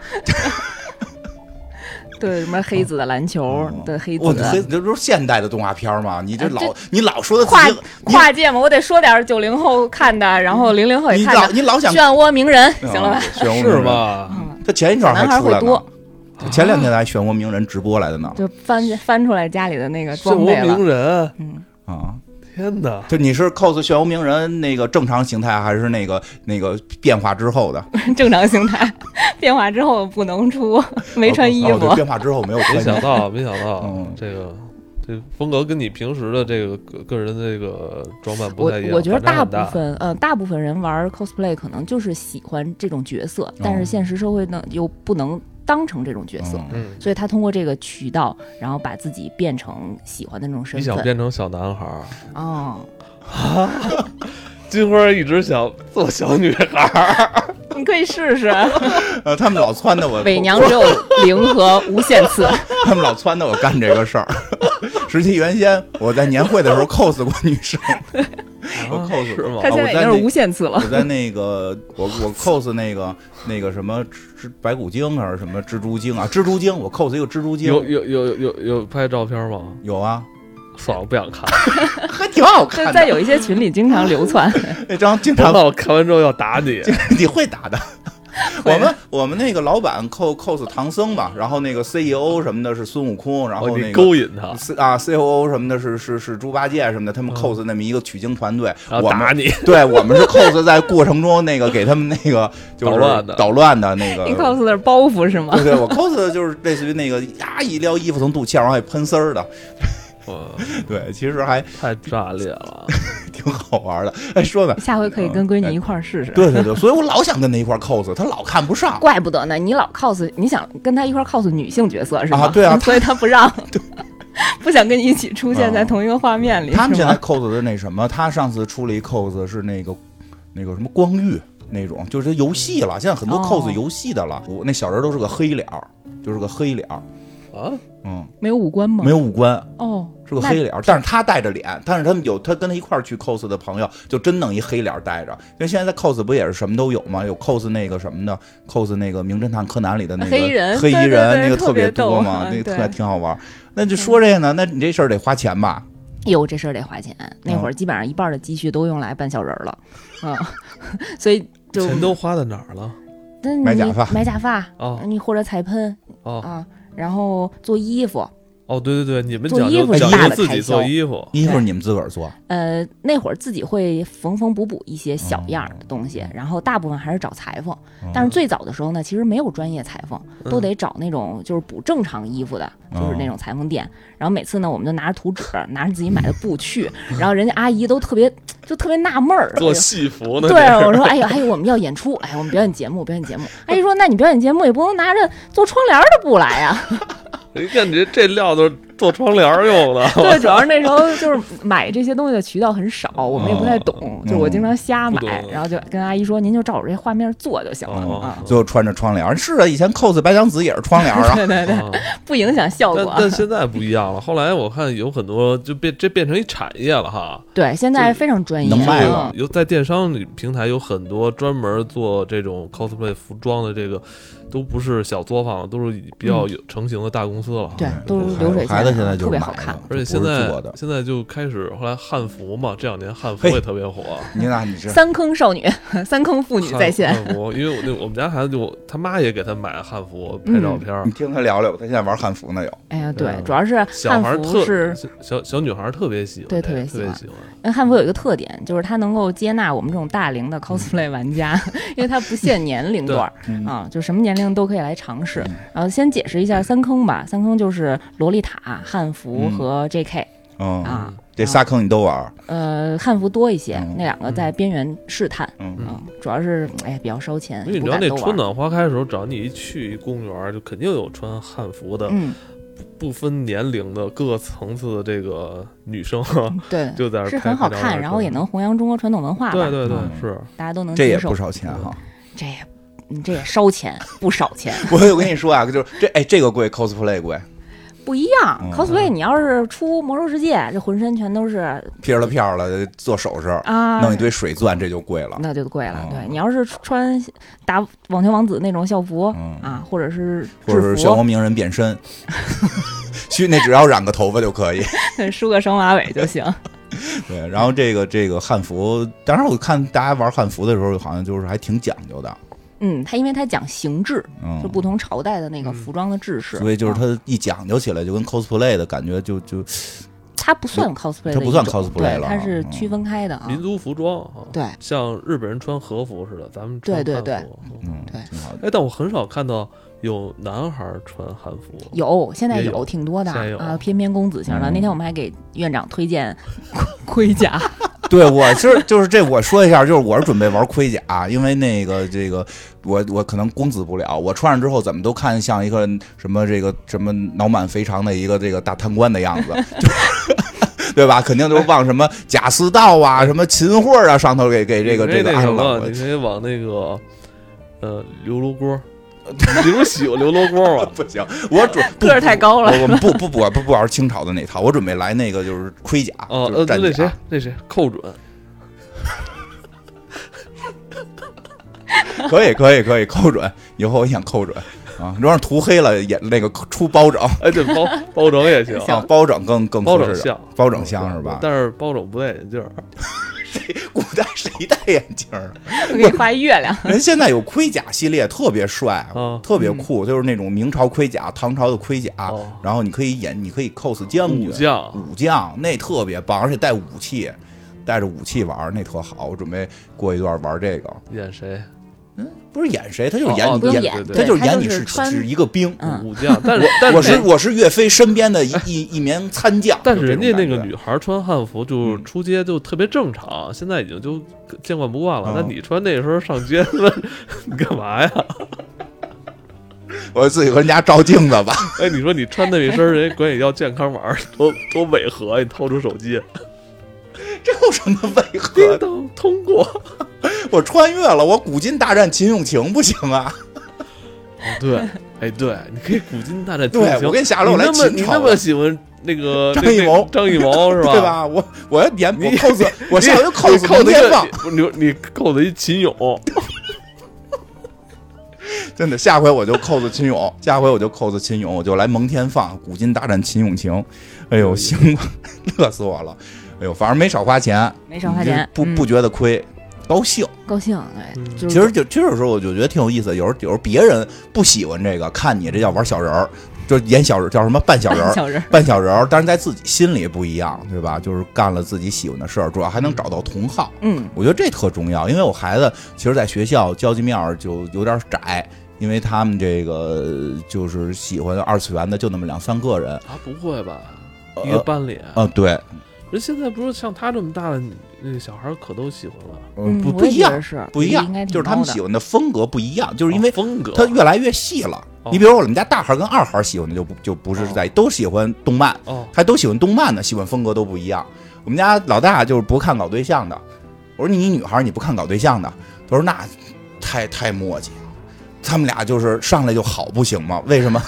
Speaker 3: 对，什么黑子的篮球
Speaker 2: 哦
Speaker 3: 的黑
Speaker 2: 我
Speaker 3: 子，
Speaker 2: 这黑这不是现代的动画片儿吗？你这
Speaker 3: 哎
Speaker 2: 老
Speaker 3: 这
Speaker 2: 你老说的
Speaker 3: 跨
Speaker 2: 自己
Speaker 3: 跨界嘛，我得说点九零后看的，然后零零后
Speaker 2: 你
Speaker 3: 也看
Speaker 2: 老
Speaker 3: 的。
Speaker 2: 你老想嗯
Speaker 3: 漩涡鸣人，行了吧？
Speaker 2: 漩涡
Speaker 1: 是
Speaker 2: 鸣人？
Speaker 1: 吗？
Speaker 3: 嗯，
Speaker 2: 他前一
Speaker 3: 小
Speaker 2: 阵儿
Speaker 3: 男
Speaker 2: 还
Speaker 3: 孩
Speaker 2: 出
Speaker 3: 会
Speaker 2: 来呢
Speaker 3: 多，，
Speaker 2: 前两天还漩涡鸣人直播来的呢。
Speaker 3: 就翻翻出来家里的那个
Speaker 1: 漩
Speaker 3: 装备
Speaker 1: 涡
Speaker 3: 了。
Speaker 1: 鸣人，
Speaker 3: 嗯，
Speaker 2: 啊，
Speaker 1: 天哪！
Speaker 2: 就你是 cos 漩涡鸣人那个正常形态，还是那个那个变化之后的？
Speaker 3: 正常形态，变化之后不能出，没穿衣
Speaker 2: 哦对
Speaker 3: 服。
Speaker 2: 变化之后没有
Speaker 1: 没
Speaker 2: 穿
Speaker 1: 想
Speaker 2: 衣服。
Speaker 1: 到，没想到
Speaker 2: 嗯，
Speaker 1: 这个这风格跟你平时的这个个个人的这个装扮不
Speaker 3: 我
Speaker 1: 太一样。
Speaker 3: 我觉得
Speaker 1: 反差
Speaker 3: 大
Speaker 1: 很
Speaker 3: 部分，呃，大部分人玩 cosplay 可能就是喜欢这种角色，但是现实社会呢又不能当成这种角色，
Speaker 1: 嗯，
Speaker 2: 嗯
Speaker 3: 所以他通过这个渠道，然后把自己变成喜欢的那种
Speaker 1: 你
Speaker 3: 身
Speaker 1: 想
Speaker 3: 份。
Speaker 1: 变成小男孩儿，
Speaker 3: 哦，
Speaker 1: 金花一直想做小女 孩儿，
Speaker 3: 你可以试试。
Speaker 2: 呃，他们老撺掇 我，
Speaker 3: 伪娘只有零和无限 次，
Speaker 2: 他们老撺掇我干这个事儿。 实际原先我在年会的时候 cos 过女生，我 cos
Speaker 1: 啊是
Speaker 2: 过
Speaker 1: 吗
Speaker 3: 他？现在已经是无限次了。
Speaker 2: 我在那个我我 cos 那个那个什么蜘白骨精还是什么蜘蛛精啊？蜘蛛精，我 cos 一个蜘蛛精，
Speaker 1: 有有有有有拍照片吗？
Speaker 2: 有啊，
Speaker 1: 算了，不想看。
Speaker 2: 还挺好
Speaker 3: 在
Speaker 2: 看
Speaker 3: 在
Speaker 2: 的。
Speaker 3: 有一些群里经常流 窜，
Speaker 2: 那张经常
Speaker 1: 难道我看完之后要打 你？
Speaker 2: 你会打的。
Speaker 3: 会
Speaker 2: 我们我们那个老板 cos cos 唐僧嘛，然后那个 CEO 什么的是孙悟空，然后
Speaker 1: 哦
Speaker 2: 那
Speaker 1: 你
Speaker 2: 个
Speaker 1: 勾引他，
Speaker 2: C 啊 COO 什么的是是是猪八戒什么的，他们
Speaker 1: 嗯
Speaker 2: cos 那么一个取经团队，
Speaker 1: 然后
Speaker 2: 我
Speaker 1: 打
Speaker 2: 们
Speaker 1: 你。
Speaker 2: 对我们是 cos 在过程中那个给他们那个就是
Speaker 1: 捣乱的
Speaker 2: 捣乱的那个
Speaker 3: 你。cos 的是包袱 是吗
Speaker 2: 对？对，我 cos 的就是类似于那个呀，一撩衣服从肚脐眼往外喷丝儿的，
Speaker 1: 哇
Speaker 2: 对，其实还
Speaker 1: 太炸裂了！
Speaker 2: 挺好玩的。哎，说 呢，
Speaker 3: 下回可以跟闺女一块儿试试。
Speaker 2: 对对对，所以我老想跟他一块儿 cos，他老看不上。
Speaker 3: 怪不得呢，你老 cos，你想跟他一块儿 cos 女性角色是吗？
Speaker 2: 啊对啊
Speaker 3: 所以他不 让， 不想跟你一起出现
Speaker 2: 啊
Speaker 3: 在同一个画面里。
Speaker 2: 他们
Speaker 3: 是
Speaker 2: 现
Speaker 3: 吗
Speaker 2: 在 cos 的那什么，他上次出了一 cos 是那个那个什么光遇那种，就是游戏了。现在很多
Speaker 3: 哦
Speaker 2: cos 游戏的了，我那小人都是个黑脸儿，就是个黑脸儿，
Speaker 1: 啊，
Speaker 2: 嗯，
Speaker 3: 没有五官吗？
Speaker 2: 没有五官，
Speaker 3: 哦，
Speaker 2: 是个黑脸儿。但是他带着脸，但是他们有他跟他一块儿去 cos 的朋友，就真弄一黑脸儿带着。因为现在 cos 不也是什么都有吗？有 cos 那个什么的，cos 那个名侦探柯南里的那个
Speaker 3: 黑衣人
Speaker 2: 黑衣
Speaker 3: 对对
Speaker 2: 人
Speaker 3: 对
Speaker 2: 那个
Speaker 3: 特
Speaker 2: 特别
Speaker 3: 别逗
Speaker 2: 多嘛，
Speaker 3: 嗯
Speaker 2: 那个特
Speaker 3: 对
Speaker 2: 挺好玩儿。那就说这个呢，那你这事儿得花钱吧？
Speaker 3: 哟，这事儿得花钱。那
Speaker 2: 啊
Speaker 3: 会儿基本上一半的积蓄都用来扮小人儿了，嗯， 所以就
Speaker 1: 钱都花在哪儿了？
Speaker 3: 那你
Speaker 2: 买假发
Speaker 3: 买假发，
Speaker 1: 哦
Speaker 3: 你或者彩喷
Speaker 1: 哦
Speaker 3: 啊，然后做衣服。
Speaker 1: 哦，对对对，你们
Speaker 3: 做
Speaker 1: 讲
Speaker 3: 衣
Speaker 1: 究
Speaker 3: 服是
Speaker 1: 讲
Speaker 3: 大
Speaker 1: 究
Speaker 3: 的
Speaker 1: 自
Speaker 3: 开
Speaker 1: 己
Speaker 3: 销
Speaker 1: 做衣服，
Speaker 2: 衣服你们自个儿做，
Speaker 3: 呃，那会儿自己会缝缝补补一些
Speaker 1: 哦
Speaker 3: 小样儿的东西，然后大部分还是找裁缝。但是最早的时候呢，其实没有专业裁缝，
Speaker 1: 嗯
Speaker 3: 都得找那种就是补正常衣服的，就是
Speaker 1: 哦
Speaker 3: 那种裁缝店。然后每次呢，我们就拿着图纸，拿着自己买的布去，然后人家阿姨都特别就特别纳闷儿，哎
Speaker 1: 做
Speaker 3: 呦
Speaker 1: 戏服呢。
Speaker 3: 对，我说，哎呦，哎呦，我们要演出，哎，我们表演节目，表演节目。阿姨说，那你表演节目也不能拿着做窗帘儿的布来呀、
Speaker 1: 这你看你这这料都是做窗帘儿用的。
Speaker 3: 对，主要是那时候就是买这些东西的渠道很少，我们也不太懂，就我经常瞎
Speaker 1: 不
Speaker 3: 买，
Speaker 1: 懂
Speaker 3: 然后就跟阿姨说，您就照我这画面做就行了啊
Speaker 1: 哦。
Speaker 2: 最后穿着窗帘儿。是啊，以前 cos 白娘子也是窗帘儿啊。
Speaker 3: 对 对对，
Speaker 1: 啊
Speaker 3: 不影响效
Speaker 1: 但
Speaker 3: 果。
Speaker 1: 但现在不一样了，后来我看有很多就变这变成一产业了 哈，
Speaker 3: 对，现在非常专业，
Speaker 2: 能卖
Speaker 3: 嗯
Speaker 2: 了
Speaker 1: 有在电商里平台有很多专门做这种 cosplay 服装的，这个都不是小作坊了，都是比较有成型的大公司了。
Speaker 3: 嗯对，都是流水 线啊
Speaker 2: 孩子现嗯在就是
Speaker 3: 特别
Speaker 2: 买
Speaker 3: 好看
Speaker 2: 的。
Speaker 1: 而且
Speaker 2: 就
Speaker 1: 现
Speaker 2: 不是
Speaker 1: 在
Speaker 2: 做的
Speaker 1: 现在就开始，后来汉服嘛，这两年汉服
Speaker 2: 嘿
Speaker 1: 也特别火。
Speaker 2: 你那你 是
Speaker 3: 三坑少女，三坑妇女
Speaker 1: 汉
Speaker 3: 在线，
Speaker 1: 汉服，因为我那我们家孩子就他妈也给他买汉服
Speaker 3: 嗯
Speaker 1: 拍照片儿，
Speaker 2: 你听他聊聊吧，他现在玩汉服呢有。
Speaker 3: 哎呀，对
Speaker 1: 嗯，
Speaker 3: 主要是
Speaker 1: 小
Speaker 3: 汉
Speaker 1: 孩儿
Speaker 3: 服
Speaker 1: 特
Speaker 3: 是
Speaker 1: 小小小女孩儿特别喜欢这
Speaker 3: 对
Speaker 1: 个，
Speaker 3: 特别喜
Speaker 1: 特别
Speaker 3: 欢哎
Speaker 1: 喜欢。
Speaker 3: 那汉服有一个特点，就是它能够接纳我们这种大龄的 cosplay 玩家， 因为它不限年龄段儿
Speaker 2: 嗯
Speaker 3: 啊，就什么年龄都可以来尝试。然后先解释一下三坑吧，三坑就是洛丽塔、码、汉服
Speaker 2: 嗯
Speaker 3: 和 JK
Speaker 2: 嗯，
Speaker 3: 啊，
Speaker 2: 这仨坑你都玩儿，
Speaker 3: 呃，汉服多一些
Speaker 2: 嗯，
Speaker 3: 那两个在边缘试探，
Speaker 2: 嗯，
Speaker 3: 嗯，主要是哎比较烧钱，
Speaker 1: 因为你
Speaker 3: 不
Speaker 1: 知道
Speaker 3: 敢
Speaker 1: 那
Speaker 3: 都
Speaker 1: 春
Speaker 3: 玩。
Speaker 1: 暖花开的时候，只要你一去一公园儿，就肯定有穿汉服的，
Speaker 3: 嗯，
Speaker 1: 不分年龄的各层次的这个女生啊
Speaker 3: 对，
Speaker 1: 就在那儿
Speaker 3: 嗯是
Speaker 1: 拍
Speaker 3: 很好
Speaker 1: 拍照片
Speaker 3: 看，
Speaker 1: 儿
Speaker 3: 然后也能弘扬中国传统文化吧，
Speaker 1: 对对对
Speaker 2: 嗯
Speaker 1: 是，
Speaker 3: 大家都能
Speaker 2: 这也
Speaker 3: 接受
Speaker 2: 不。少钱哈。
Speaker 3: 这也嗯这也烧钱，不少 钱，
Speaker 2: 我我跟你说啊，就是这哎这个贵，cosplay 贵，
Speaker 3: 不一样
Speaker 2: 嗯。
Speaker 3: cosplay 你要是出魔兽世界，这浑身全都是
Speaker 2: 撇了片了做首饰，
Speaker 3: 啊，
Speaker 2: 弄一堆水钻，这就贵了。
Speaker 3: 那就贵了。
Speaker 2: 哦
Speaker 3: 对你要是穿打网球王子那种校服、
Speaker 2: 嗯
Speaker 3: 啊，或者是
Speaker 2: 或者是
Speaker 3: 制
Speaker 2: 漩涡
Speaker 3: 服，
Speaker 2: 鸣人变 身，须那只要染个头发就可以。
Speaker 3: 梳个双马尾就 行。
Speaker 2: 对，然后这个这个汉服，当然我看大家玩汉服的时候，好像就是还挺讲究的，
Speaker 3: 嗯，它因为它讲形制，
Speaker 2: 嗯
Speaker 3: 就，不同朝代的那个服装的制式，
Speaker 2: 所以就是
Speaker 3: 啊
Speaker 2: 它一讲究起来，就跟 cosplay 的感觉就就
Speaker 3: 它不算 cosplay，的
Speaker 2: 它不算
Speaker 3: 一种
Speaker 2: cosplay
Speaker 3: 对
Speaker 2: 了
Speaker 3: 它是
Speaker 2: 嗯
Speaker 3: 区分开的啊。
Speaker 1: 民族服装啊，
Speaker 3: 对
Speaker 1: 像日本人穿和服似的，咱们穿
Speaker 3: 对对
Speaker 1: 汉
Speaker 3: 对
Speaker 1: 服
Speaker 2: 嗯
Speaker 3: 对
Speaker 2: 挺好的。
Speaker 1: 哎，但我很少看到有男孩儿穿汉服，
Speaker 3: 有，现在
Speaker 1: 也有
Speaker 3: 挺多的
Speaker 1: 现在有
Speaker 3: 啊，翩翩公子型的。
Speaker 2: 嗯
Speaker 3: 那天我们还给院长推荐 盔甲，
Speaker 2: 对，我是就是这我说一下，就是我是准备玩盔甲，因为那个这个我我可能公子不了，我穿上之后怎么都看像一个什么这个什么脑满肥肠的一个这个大贪官的样子，就是。对吧？肯定都是往什么贾似道啊、什么秦桧啊上头给给这个
Speaker 1: 你可
Speaker 2: 这
Speaker 1: 以
Speaker 2: 个
Speaker 1: 那什
Speaker 2: 安了。
Speaker 1: 么，
Speaker 2: 我
Speaker 1: 你可以往那个呃刘罗 锅儿，你不是喜欢刘罗锅儿吗？
Speaker 2: 不行，我准
Speaker 3: 个儿太高了
Speaker 2: 我我们不不不我不不玩清朝的那套，我准备来那个就是盔甲，
Speaker 1: 哦，
Speaker 2: 就是
Speaker 1: 呃，
Speaker 2: 战
Speaker 1: 那谁
Speaker 2: 甲。，
Speaker 1: 那谁，寇准，
Speaker 2: 可以可以可以，寇准，以后我想寇准啊，如果让涂黑了也那个出包拯，
Speaker 1: 哎，对， 包包拯也行，
Speaker 2: 啊，包拯更更
Speaker 1: 包
Speaker 2: 合
Speaker 1: 拯
Speaker 2: 适点
Speaker 1: 像，嗯
Speaker 2: 包拯像是吧？
Speaker 1: 但是包拯不戴眼镜儿，
Speaker 2: 古代谁戴眼镜儿？
Speaker 3: 我给你画一月亮。
Speaker 2: 人现在有盔甲系列，特别帅
Speaker 1: 啊，
Speaker 2: 特别酷，就是那种明朝盔甲、唐朝的盔甲
Speaker 1: 哦，
Speaker 2: 然后你可以演，你可以 cos 将军
Speaker 1: 武、将。啊
Speaker 2: 武将，那特别棒，而且带武器。带着武器玩儿那特好，我准备过一段玩这个，
Speaker 1: 演谁？
Speaker 2: 不是演谁，他就是
Speaker 1: 哦
Speaker 2: 演
Speaker 1: 哦
Speaker 2: 你
Speaker 1: 不用
Speaker 2: 演，
Speaker 3: 演
Speaker 2: 他
Speaker 1: 对
Speaker 2: 就是
Speaker 3: 他
Speaker 2: 演
Speaker 3: 就
Speaker 2: 你
Speaker 3: 是
Speaker 2: 是
Speaker 3: 穿
Speaker 2: 是一个兵，
Speaker 3: 嗯
Speaker 1: 武将，但是但
Speaker 2: 我是
Speaker 1: 是
Speaker 2: 我是岳飞身边的一一一名参将，
Speaker 1: 但是
Speaker 2: 就这
Speaker 1: 人
Speaker 2: 种
Speaker 1: 家那
Speaker 2: 感
Speaker 1: 个
Speaker 2: 觉
Speaker 1: 女孩穿汉服就
Speaker 2: 嗯
Speaker 1: 出街就特别正常，现在已经就见惯不惯了
Speaker 2: 哦。
Speaker 1: 那你穿那时候上街，那你干嘛呀？
Speaker 2: 我自己和人家照镜子吧。
Speaker 1: 哎，你说你穿那一身，人家管你要健康码，多多违和！你掏出手机，
Speaker 2: 这有什么违和
Speaker 1: 叮？当通过。
Speaker 2: 我穿越了，我古今大战秦俑情不行啊！
Speaker 1: 对，哎，对，你可以古今大战秦
Speaker 2: 对
Speaker 1: 俑情。
Speaker 2: 我跟你下楼我来
Speaker 1: 你那么
Speaker 2: 秦
Speaker 1: 你
Speaker 2: 朝
Speaker 1: 那
Speaker 2: 了
Speaker 1: 么喜欢那个
Speaker 2: 张
Speaker 1: 那
Speaker 2: 艺
Speaker 1: 那
Speaker 2: 谋
Speaker 1: 张艺谋是吧？
Speaker 2: 对？吧？我我要演 我
Speaker 1: 你
Speaker 2: cos，我下回就
Speaker 1: 扣
Speaker 2: cos
Speaker 1: 扣
Speaker 2: 龙
Speaker 1: 的
Speaker 2: 天放，
Speaker 1: 你你你扣的一秦 俑，
Speaker 2: 真的，下回我就 cos 秦俑，下回我就 cos 秦俑，我就来蒙天放，古今大战秦俑情。哎呦，行吧， 乐死我了！哎呦，反正没少花钱，
Speaker 3: 没少花钱，
Speaker 2: 不不
Speaker 3: 嗯
Speaker 2: 觉得亏，高兴。
Speaker 3: 高兴，
Speaker 1: 嗯
Speaker 3: 对，就
Speaker 2: 其实
Speaker 3: 是
Speaker 2: 就这种时候，我就觉得挺有意思。有时候有时候别人不喜欢这个，看你这叫玩小人儿，就演小人叫什么扮小人儿
Speaker 3: 半， 小人儿，
Speaker 2: 半小人儿，但是在自己心里不一样，对吧？就是干了自己喜欢的事儿，主要还能找到同好。
Speaker 3: 嗯，
Speaker 2: 我觉得这特重要，因为我孩子其实，在学校交际面儿就有点窄，因为他们这个就是喜欢二次元的就那么两三个人。
Speaker 1: 啊，不会吧？一个
Speaker 2: 呃，
Speaker 1: 班里，
Speaker 2: 呃对，
Speaker 1: 人现在不是像他这么大的那个小孩儿可都喜欢了，
Speaker 2: 呃
Speaker 3: 嗯
Speaker 2: 不
Speaker 3: 我
Speaker 2: 不
Speaker 3: 也
Speaker 2: 一
Speaker 3: 觉得
Speaker 2: 样，
Speaker 3: 是
Speaker 2: 不一
Speaker 3: 应
Speaker 2: 样
Speaker 3: 该，挺
Speaker 2: 就是他们
Speaker 3: 高的
Speaker 2: 喜欢的风格不一样，就是因为
Speaker 1: 哦风格
Speaker 2: 它越来越细了。
Speaker 1: 哦
Speaker 2: 你比如我们家大孩儿跟二孩儿喜欢的就不就不是在都喜欢动漫，
Speaker 1: 哦，
Speaker 2: 还都喜欢动漫呢，喜欢风格都不一样。我们家老大就是不看搞对象的，我说你女孩儿你不看搞对象的，他说那太太墨迹了。他们俩就是上来就好不行吗？为什么？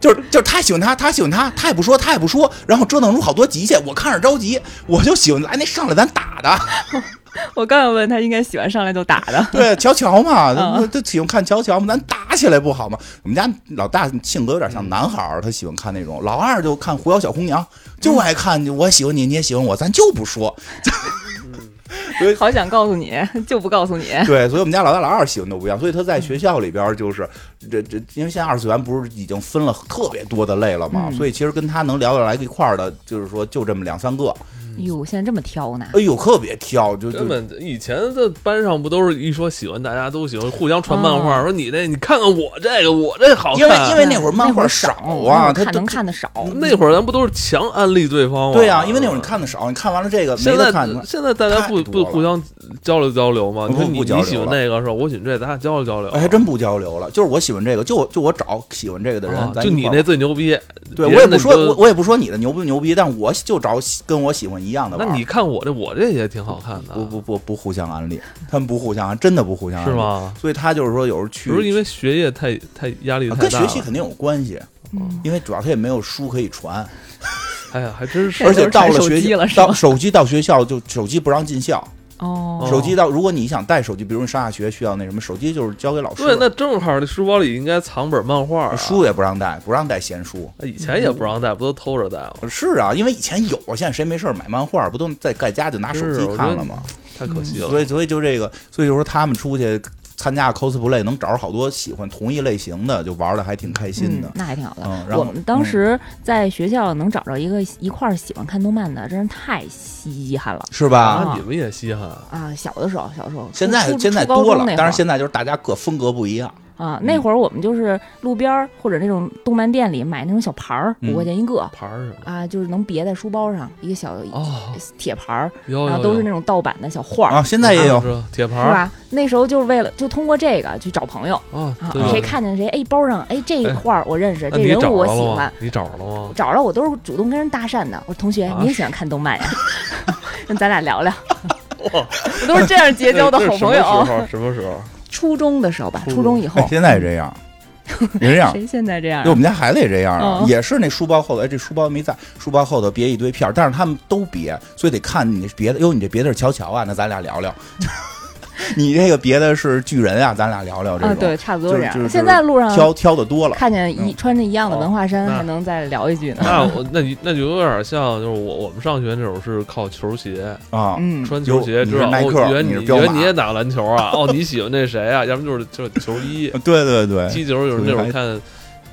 Speaker 2: 就就就是他喜欢他，他喜欢他，他也不说，他也不说，然后折腾出好多集去，我看着着急，我就喜欢来那上来咱打的，
Speaker 3: 我刚要问他应该喜欢上来就打的，
Speaker 2: 对，乔乔嘛，
Speaker 3: 嗯
Speaker 2: 他他喜欢看乔乔嘛，咱打起来不好吗？我们家老大性格有点像男孩儿，他喜欢看那种；老二就看《狐妖小红娘》，就爱看我喜欢你，你也喜欢我，咱就不说。
Speaker 3: 好想告诉你，就不告诉你。
Speaker 2: 对，所以我们家老大老二喜欢都不一样，所以他在学校里边儿就是这这，因为现在二次元不是已经分了特别多的类了嘛，
Speaker 3: 嗯
Speaker 2: 所以其实跟他能聊得来一块儿的，就是说就这么两三个。
Speaker 3: 哟，现在这么挑呢？
Speaker 2: 哎呦，特别挑，就
Speaker 1: 根
Speaker 2: 就
Speaker 1: 本以前的班上不都是一说喜欢，大家都喜欢互相传漫画，
Speaker 3: 哦
Speaker 1: 说你这你看看我这个，我这好看。
Speaker 2: 因为因为那会
Speaker 3: 会
Speaker 2: 儿漫画
Speaker 3: 少
Speaker 2: 啊，他
Speaker 3: 那会儿看能
Speaker 2: 他
Speaker 3: 看的少。
Speaker 2: 嗯
Speaker 1: 那会儿咱不都是强安利对方吗？
Speaker 2: 对啊呀、因为那会儿你看的少，你看完了这个没
Speaker 1: 现
Speaker 2: 得
Speaker 1: 在
Speaker 2: 看。
Speaker 1: 现在大家不
Speaker 2: 太
Speaker 1: 不
Speaker 2: 多了
Speaker 1: 互相交流交流吗？
Speaker 2: 不
Speaker 1: 你说你
Speaker 2: 不交
Speaker 1: 你
Speaker 2: 流
Speaker 1: 喜欢
Speaker 2: 了
Speaker 1: 那个是吧？我喜欢这，咱俩交流交流。
Speaker 2: 哎，还真不交流了，就是我喜欢这个，就我就我找喜欢这个的人，
Speaker 1: 啊
Speaker 2: 咱
Speaker 1: 就
Speaker 2: 一
Speaker 1: 你
Speaker 2: 块儿
Speaker 1: 那最牛逼，
Speaker 2: 对
Speaker 1: 别
Speaker 2: 我也
Speaker 1: 人
Speaker 2: 不
Speaker 1: 的
Speaker 2: 说，
Speaker 1: 你
Speaker 2: 我
Speaker 1: 都
Speaker 2: 我也不说你的牛不牛逼，但我就找喜跟我喜欢一样的
Speaker 1: 那
Speaker 2: 玩儿。
Speaker 1: 你看我这，我这也挺好看的，
Speaker 2: 不不不不互相安利，他们不互相，真的不互相安利
Speaker 1: 是？吗？
Speaker 2: 所以他就是说，有时候啊去
Speaker 1: 不是因为学业太太压力
Speaker 2: 啊
Speaker 1: 太
Speaker 2: 跟
Speaker 1: 大了，
Speaker 2: 学习肯定有关系，
Speaker 3: 嗯
Speaker 2: 因为主要他也没有书可以 传，
Speaker 1: 哎呀，还真是
Speaker 3: 对
Speaker 2: 而且
Speaker 3: 都是
Speaker 2: 到
Speaker 3: 传
Speaker 2: 了
Speaker 3: 手
Speaker 2: 学
Speaker 3: 机
Speaker 2: 校
Speaker 3: 了是
Speaker 2: 到
Speaker 3: 吗
Speaker 2: 手机到学校就手机不让进校，
Speaker 3: 哦，
Speaker 2: 手机到如果你想带手机，比如你上下学需要那什么，手机就是交给老师
Speaker 1: 对，
Speaker 2: 了，
Speaker 1: 那正好这书包里应该藏本漫画啊，哎
Speaker 2: 书也不让带，不让带闲书。
Speaker 1: 以前也不让带，不都偷着带吗？
Speaker 2: 是啊，因为以前有啊，现在谁没事儿买漫画，不都在在家就拿手
Speaker 1: 是
Speaker 2: 机
Speaker 1: 我觉
Speaker 2: 看
Speaker 1: 得
Speaker 2: 了吗？
Speaker 1: 太可惜了。
Speaker 2: 所以所以就这个，所以就说他们出去参加 cosplay 能找着好多喜欢同一类型的，就玩的还挺开心的
Speaker 3: 嗯。，那还挺好的。
Speaker 2: 嗯，然
Speaker 3: 我
Speaker 2: 后
Speaker 3: 们当时在学校能找着一个一块儿喜欢看动漫的，真是太稀罕了
Speaker 2: 是吧？
Speaker 1: 啊，你们也稀罕啊？
Speaker 3: 啊！小的时候，小时候，
Speaker 2: 现
Speaker 3: 初
Speaker 2: 在
Speaker 3: 初
Speaker 2: 现在
Speaker 3: 初高
Speaker 2: 多
Speaker 3: 中
Speaker 2: 了
Speaker 3: 那，会
Speaker 2: 但
Speaker 3: 儿
Speaker 2: 是现在嗯就是大家各风格不一样。
Speaker 3: 啊，那会儿我们就是路边儿或者那种动漫店里买那种小牌儿，
Speaker 2: 嗯
Speaker 3: 五块钱一个
Speaker 1: 牌儿什么？
Speaker 3: 啊，就是能别在书包上一个小
Speaker 1: 哦，
Speaker 3: 铁牌儿，
Speaker 1: 有有
Speaker 3: 然后啊都是
Speaker 1: 有
Speaker 3: 那种盗版的小画儿，
Speaker 2: 哦啊，现在也有，
Speaker 1: 是铁牌
Speaker 3: 是
Speaker 1: 儿
Speaker 3: 吧？那时候就是为了就通过这个去找朋友
Speaker 1: 啊
Speaker 3: 啊
Speaker 1: 对吧，
Speaker 3: 谁看见谁，哎，包上哎这
Speaker 1: 哎
Speaker 3: 画儿我认识，
Speaker 1: 那你
Speaker 3: 这人
Speaker 1: 找
Speaker 3: 物我
Speaker 1: 着
Speaker 3: 喜
Speaker 1: 了
Speaker 3: 欢
Speaker 1: 吗，？你找着了 吗？
Speaker 3: 找着我都是主动跟人搭讪的。我说同学
Speaker 1: 啊，
Speaker 3: 你也喜欢看动 漫呀？那咱俩聊聊。我都是这样结交的
Speaker 1: 哎这
Speaker 3: 好
Speaker 1: 是
Speaker 3: 朋友。
Speaker 1: 什么时候？什么时候？
Speaker 3: 初中的时候吧，
Speaker 1: 初
Speaker 3: 初中以后
Speaker 2: 哎，，现在也这 样，也这样。
Speaker 3: 谁现在这样啊
Speaker 2: 就我？们家孩子也这样啊，
Speaker 3: 嗯
Speaker 2: 也是那书包后头，哎，这书包没在，书包后头别一堆片儿，但是他们都别，所以得看你别的，哟，你这别的是乔乔啊，那咱俩聊聊； 你这个别的是巨人啊，咱俩聊聊这
Speaker 3: 啊，
Speaker 2: 种。
Speaker 3: 对，差不多
Speaker 2: 就
Speaker 3: 这
Speaker 2: 是就是
Speaker 3: 样。现在路上
Speaker 2: 挑挑的多了，
Speaker 3: 看见一
Speaker 2: 嗯
Speaker 3: 穿着一样的文化衫，
Speaker 1: 哦那
Speaker 3: 还能再聊一句 呢。
Speaker 1: 那我那你那就有点像，就是我我们上学那种是靠球鞋，
Speaker 2: 啊，
Speaker 3: 嗯，
Speaker 1: 穿球
Speaker 2: 有
Speaker 1: 鞋
Speaker 2: 你
Speaker 1: 知
Speaker 2: 是
Speaker 1: 道
Speaker 2: 耐
Speaker 1: 哦
Speaker 2: 克，
Speaker 1: 原来
Speaker 2: 你
Speaker 1: 你
Speaker 2: 是彪
Speaker 1: 原来
Speaker 2: 马
Speaker 1: 你也打篮球啊？哦，你喜欢那谁啊？要么就是就是球衣，
Speaker 2: 对对对。
Speaker 1: 踢球有那
Speaker 2: 球衣
Speaker 1: 种
Speaker 2: 还
Speaker 1: 看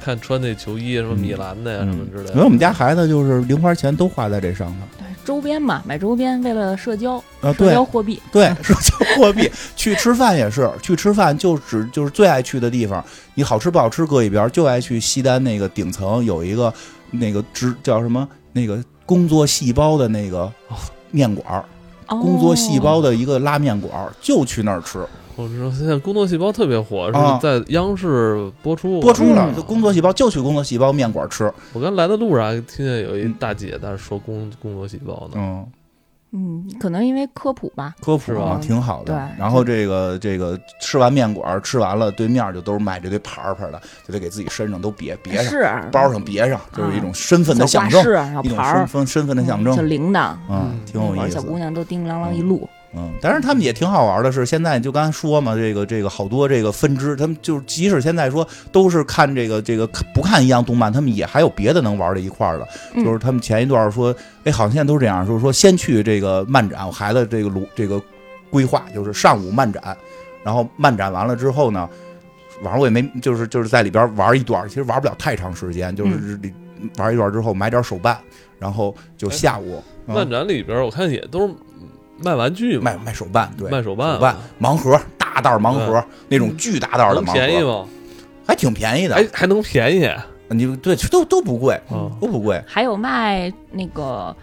Speaker 1: 看穿那球衣什么米兰的呀什么之类
Speaker 2: 因为
Speaker 1: 的
Speaker 2: 我。们家孩子就是零花钱都花在这上头
Speaker 3: 周边嘛，买周边为了社交，
Speaker 2: 啊，
Speaker 3: 社
Speaker 2: 对
Speaker 3: 交货币。
Speaker 2: 对，社交 货币，去吃饭也是，去吃饭就只就是最爱去的地方，你好吃不好吃搁一边儿，就爱去西单那个顶层有一个那个职叫什么那个工作细胞的那个面馆儿，
Speaker 3: 哦
Speaker 2: 工作细胞的一个拉面馆儿，就去那儿吃，
Speaker 1: 我知道现在工作细胞特别火，是
Speaker 2: 啊
Speaker 1: 在央视播出啊
Speaker 2: 播出了
Speaker 3: 嗯
Speaker 2: 就工作细胞就去工作细胞面馆儿吃，
Speaker 1: 我刚来的路上还听见有一大姐在那说工工作细胞呢，
Speaker 2: 嗯。
Speaker 3: 嗯，可能因为科普吧。
Speaker 2: 科普
Speaker 1: 是吧
Speaker 2: 啊，挺好的。
Speaker 3: 对
Speaker 2: 然后这个这个吃完面馆儿吃完了，对面就都是卖这堆牌儿牌儿的，就得给自己身上都别别上，
Speaker 3: 是啊
Speaker 2: 包上别上，就是一种身份的
Speaker 3: 小
Speaker 2: 象
Speaker 3: 挂
Speaker 2: 征，
Speaker 3: 饰，然后
Speaker 2: 一种
Speaker 3: 牌
Speaker 2: 身
Speaker 3: 啊儿，
Speaker 2: 份身份的象
Speaker 3: 小
Speaker 2: 征。
Speaker 3: 铃铛。
Speaker 2: 嗯，
Speaker 1: 嗯
Speaker 2: 挺
Speaker 3: 那
Speaker 2: 有
Speaker 3: 会儿
Speaker 2: 意
Speaker 3: 小
Speaker 2: 思
Speaker 3: 姑
Speaker 2: 的。
Speaker 3: 娘都叮当啷一路，
Speaker 2: 嗯，但是他们也挺好玩的是，现在就刚才说嘛，这个这个好多这个分支，他们就是即使现在说都是看这个这个不看一样动漫，他们也还有别的能玩的一块儿的。
Speaker 3: 嗯
Speaker 2: 就是他们前一段儿说，哎，好像现在都是这样，就是说先去这个漫展，我孩子这个鲁这个规划就是上午漫展，然后漫展完了之后呢，晚上我也没就是就是在里边玩一段儿，其实玩不了太长时间，就是里玩一段儿之后买点儿手办，然后就
Speaker 1: 哎
Speaker 2: 下午、嗯
Speaker 1: 漫展里边我看也都是卖玩具嘛，
Speaker 2: 卖卖手办，对，
Speaker 1: 卖手办啊
Speaker 2: 手办盲盒大袋儿盲盒那种巨大袋儿的
Speaker 1: 能
Speaker 2: 盲
Speaker 1: 嗯
Speaker 2: 盒，
Speaker 1: 便宜吗？
Speaker 2: 还挺便宜的
Speaker 1: 哎，，还能便宜啊？
Speaker 2: 你对都都不贵，
Speaker 1: 嗯
Speaker 2: 都不贵，
Speaker 3: 还有卖那个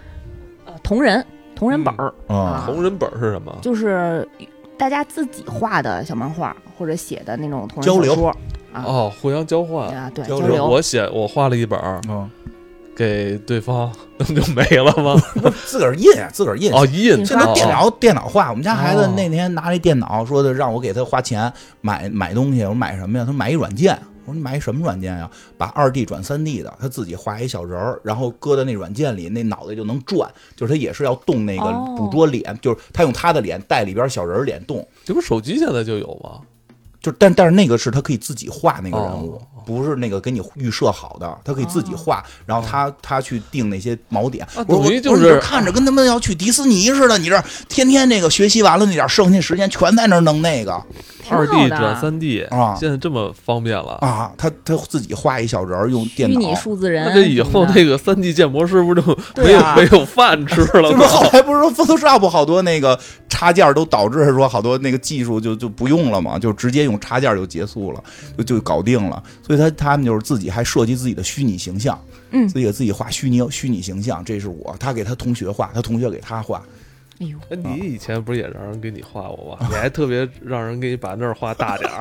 Speaker 3: 呃同人同人本儿，
Speaker 2: 嗯
Speaker 3: 啊
Speaker 1: 同人本是什么？
Speaker 3: 就是大家自己画的小漫画或者写的那种同
Speaker 2: 交
Speaker 3: 人
Speaker 2: 流
Speaker 3: 小说啊
Speaker 1: 哦，互相交换。
Speaker 3: 啊，对，
Speaker 2: 交
Speaker 3: 交
Speaker 2: 流
Speaker 1: 我写我画了一本儿
Speaker 3: 哦
Speaker 2: 嗯，
Speaker 1: 给对方， 那不就没了吗？
Speaker 2: 自个儿印啊自个儿印。
Speaker 1: 哦，印
Speaker 2: 现在
Speaker 1: 哦
Speaker 2: 电脑电脑画，我们家孩子
Speaker 1: 哦
Speaker 2: 那天拿那电脑说的，让我给他花钱买买东西。我说买什么呀？他说买一软件。我说你买什么软件呀？把二 D 转三 D 的，他自己画一小人儿，然后搁在那软件里，那脑袋就能转，就是他也是要动那个
Speaker 3: 哦
Speaker 2: 捕捉脸，就是他用他的脸带里边小人儿脸动，
Speaker 1: 这不手机现在就有吗？
Speaker 2: 就但但是那个是他可以自己画那个人物，
Speaker 1: 哦
Speaker 2: 不是那个给你预设好的，他可以自
Speaker 3: 哦
Speaker 2: 己画，然后他他去定那些锚点。
Speaker 1: 啊
Speaker 2: 我
Speaker 1: 哦等于
Speaker 2: 我
Speaker 1: 就
Speaker 2: 我说你
Speaker 1: 是
Speaker 2: 这看着跟他们要去迪士尼似的，你这天天那个学习完了那点儿剩下时间全在那儿弄那个
Speaker 3: 挺
Speaker 1: 二 D
Speaker 3: 好的
Speaker 1: 转三 D
Speaker 2: 啊
Speaker 1: 现在这么方便了。
Speaker 2: 啊，他他自己画一小人儿用电
Speaker 3: 虚
Speaker 2: 脑，
Speaker 3: 拟数字人
Speaker 1: 那
Speaker 3: 啊
Speaker 1: 这
Speaker 3: 什么的，
Speaker 1: 以后那个三 D 建模是不是就没
Speaker 2: 对
Speaker 1: 有、
Speaker 2: 啊
Speaker 1: 没有饭吃了？
Speaker 2: 这 不是后来不是说 Photoshop 好多那个插件都导致说好多那个技术就就不用了嘛，就直接用插件就结束了，就就搞定了。所以他他们就是自己还设计自己的虚拟形象，
Speaker 3: 嗯
Speaker 2: 自己给自己画虚拟虚拟形象，这是我，他给他同学画，他同学给他画，
Speaker 3: 哎呦，
Speaker 1: 哎你以前不是也让人给你画过吗？你还特别让人给你把那儿画大点儿，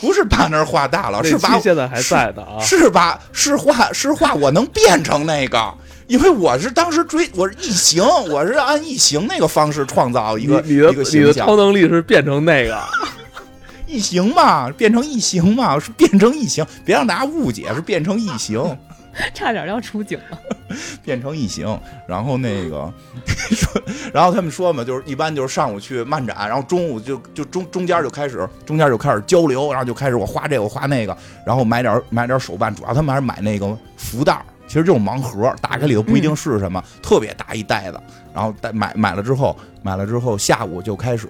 Speaker 2: 不是把那儿画大了， 是
Speaker 1: 那
Speaker 2: 把
Speaker 1: 期现在还在的啊。
Speaker 2: 是吧？是画是画，我能变成那个。因为我是当时追我是异形，我是按异形那个方式创造一
Speaker 1: 你
Speaker 2: 个
Speaker 1: 你的
Speaker 2: 一个
Speaker 1: 你
Speaker 2: 形
Speaker 1: 的
Speaker 2: 象
Speaker 1: 超，能力是变成那个，
Speaker 2: 异形嘛，变成异形嘛， 是变成异形，别让大家误解，是变成异形，
Speaker 3: 差点要出警了。
Speaker 2: 变成异形。然后那个 说，然后他们说嘛，就是一般就是上午去漫展，然后中午就就中中间就开始中间就开始交流，然后就开始我花这个我花那个，然后买点买点手办，主要他们还是买那个福袋儿。其实这种盲盒打开里头不一定是什么，特别大一袋子，然后带买买了之后，买了之后下午就开始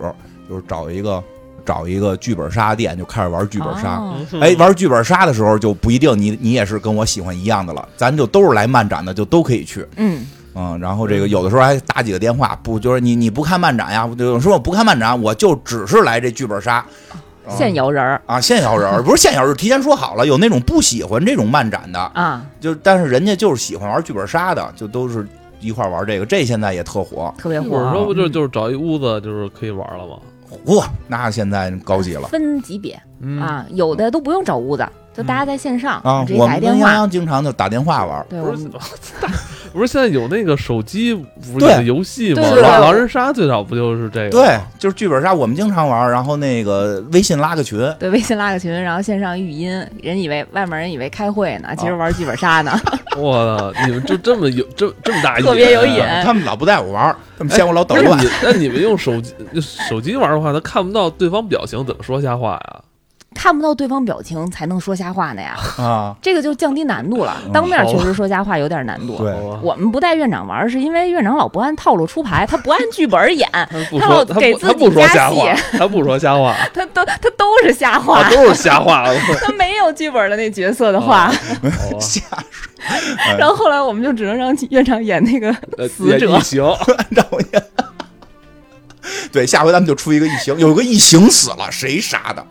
Speaker 2: 就是找一个找一个剧本杀店就开始玩剧本杀，
Speaker 3: 哦
Speaker 1: 嗯
Speaker 2: 哎，玩剧本杀的时候就不一定你你也是跟我喜欢一样的了，咱就都是来漫展的，就都可以去，
Speaker 3: 嗯，
Speaker 2: 嗯，然后这个有的时候还打几个电话，不就是你你不看漫展呀？有时候我不看漫展，啊我就只是来这剧本杀
Speaker 3: 嗯现摇人儿
Speaker 2: 啊，现摇人儿不是现摇人儿，提前说好了，有那种不喜欢这种漫展的，
Speaker 3: 啊，
Speaker 2: 就但是人家就是喜欢玩剧本杀的，就都是一块儿玩这个，这现在也特火，
Speaker 3: 特别火
Speaker 1: 我
Speaker 3: 儿。
Speaker 1: 说不就
Speaker 3: 嗯
Speaker 1: 就是找一屋子就是可以玩了吗？
Speaker 2: 嚯，那现在高级了。
Speaker 3: 分级别
Speaker 1: 嗯，
Speaker 3: 啊，有的都不用找屋子，就大家在线上
Speaker 2: 啊，
Speaker 3: 直接
Speaker 2: 我
Speaker 3: 打一
Speaker 2: 们
Speaker 3: 电
Speaker 2: 跟洋
Speaker 3: 话。
Speaker 2: 洋经常就打电话玩儿，
Speaker 3: 对，我
Speaker 1: 不是
Speaker 3: 们
Speaker 1: 不是现在 有那个手机不是
Speaker 2: 对
Speaker 1: 有游戏吗？
Speaker 3: 对对
Speaker 1: 狼
Speaker 3: 对
Speaker 1: 狼人杀最早不就是这个？
Speaker 2: 对，，就是剧本杀，我们经常玩儿，然后那个微信拉个群，
Speaker 3: 对微信拉个群，然后线上语音，人以为外面人以为开会
Speaker 2: 哦
Speaker 3: 呢，其实玩剧本杀 呢。
Speaker 1: 我操，你们就这么有这这么大瘾，啊
Speaker 3: 特别有瘾
Speaker 2: 呃他们老不带我玩儿，他们嫌我老捣
Speaker 1: 哎那
Speaker 2: 乱
Speaker 1: 你。那你们用手机手机玩的话，他看不到对方表情，怎么说瞎话呀？
Speaker 3: 看不到对方表情才能说瞎话呢呀，
Speaker 2: 啊，
Speaker 3: 这个就降低难度了
Speaker 2: 嗯。
Speaker 3: 当面
Speaker 1: 好
Speaker 3: 确实说瞎话有点难度。
Speaker 2: 对
Speaker 1: 好吧
Speaker 3: 我们不带院长玩，是因为院长老不按套路 出牌，他不按剧本演，
Speaker 1: 他不
Speaker 3: 他
Speaker 1: 说，
Speaker 3: 老
Speaker 1: 他
Speaker 3: 给
Speaker 1: 不
Speaker 3: 自
Speaker 1: 他不
Speaker 3: 己
Speaker 1: 说
Speaker 3: 加
Speaker 1: 瞎
Speaker 3: 戏
Speaker 1: 话，他不说瞎话，
Speaker 3: 他都他都是瞎话，
Speaker 2: 哦
Speaker 1: 啊，都是瞎话。 我
Speaker 3: 他没有剧本的那角色的话。
Speaker 2: 哦
Speaker 1: 好吧
Speaker 2: 瞎
Speaker 3: 然后后来我们就只能让院长演那个
Speaker 1: 呃
Speaker 3: 死
Speaker 1: 也
Speaker 3: 者
Speaker 1: 异，形，
Speaker 2: 让我也。对，下回咱们就出一个异形，有个异形死了，谁杀的？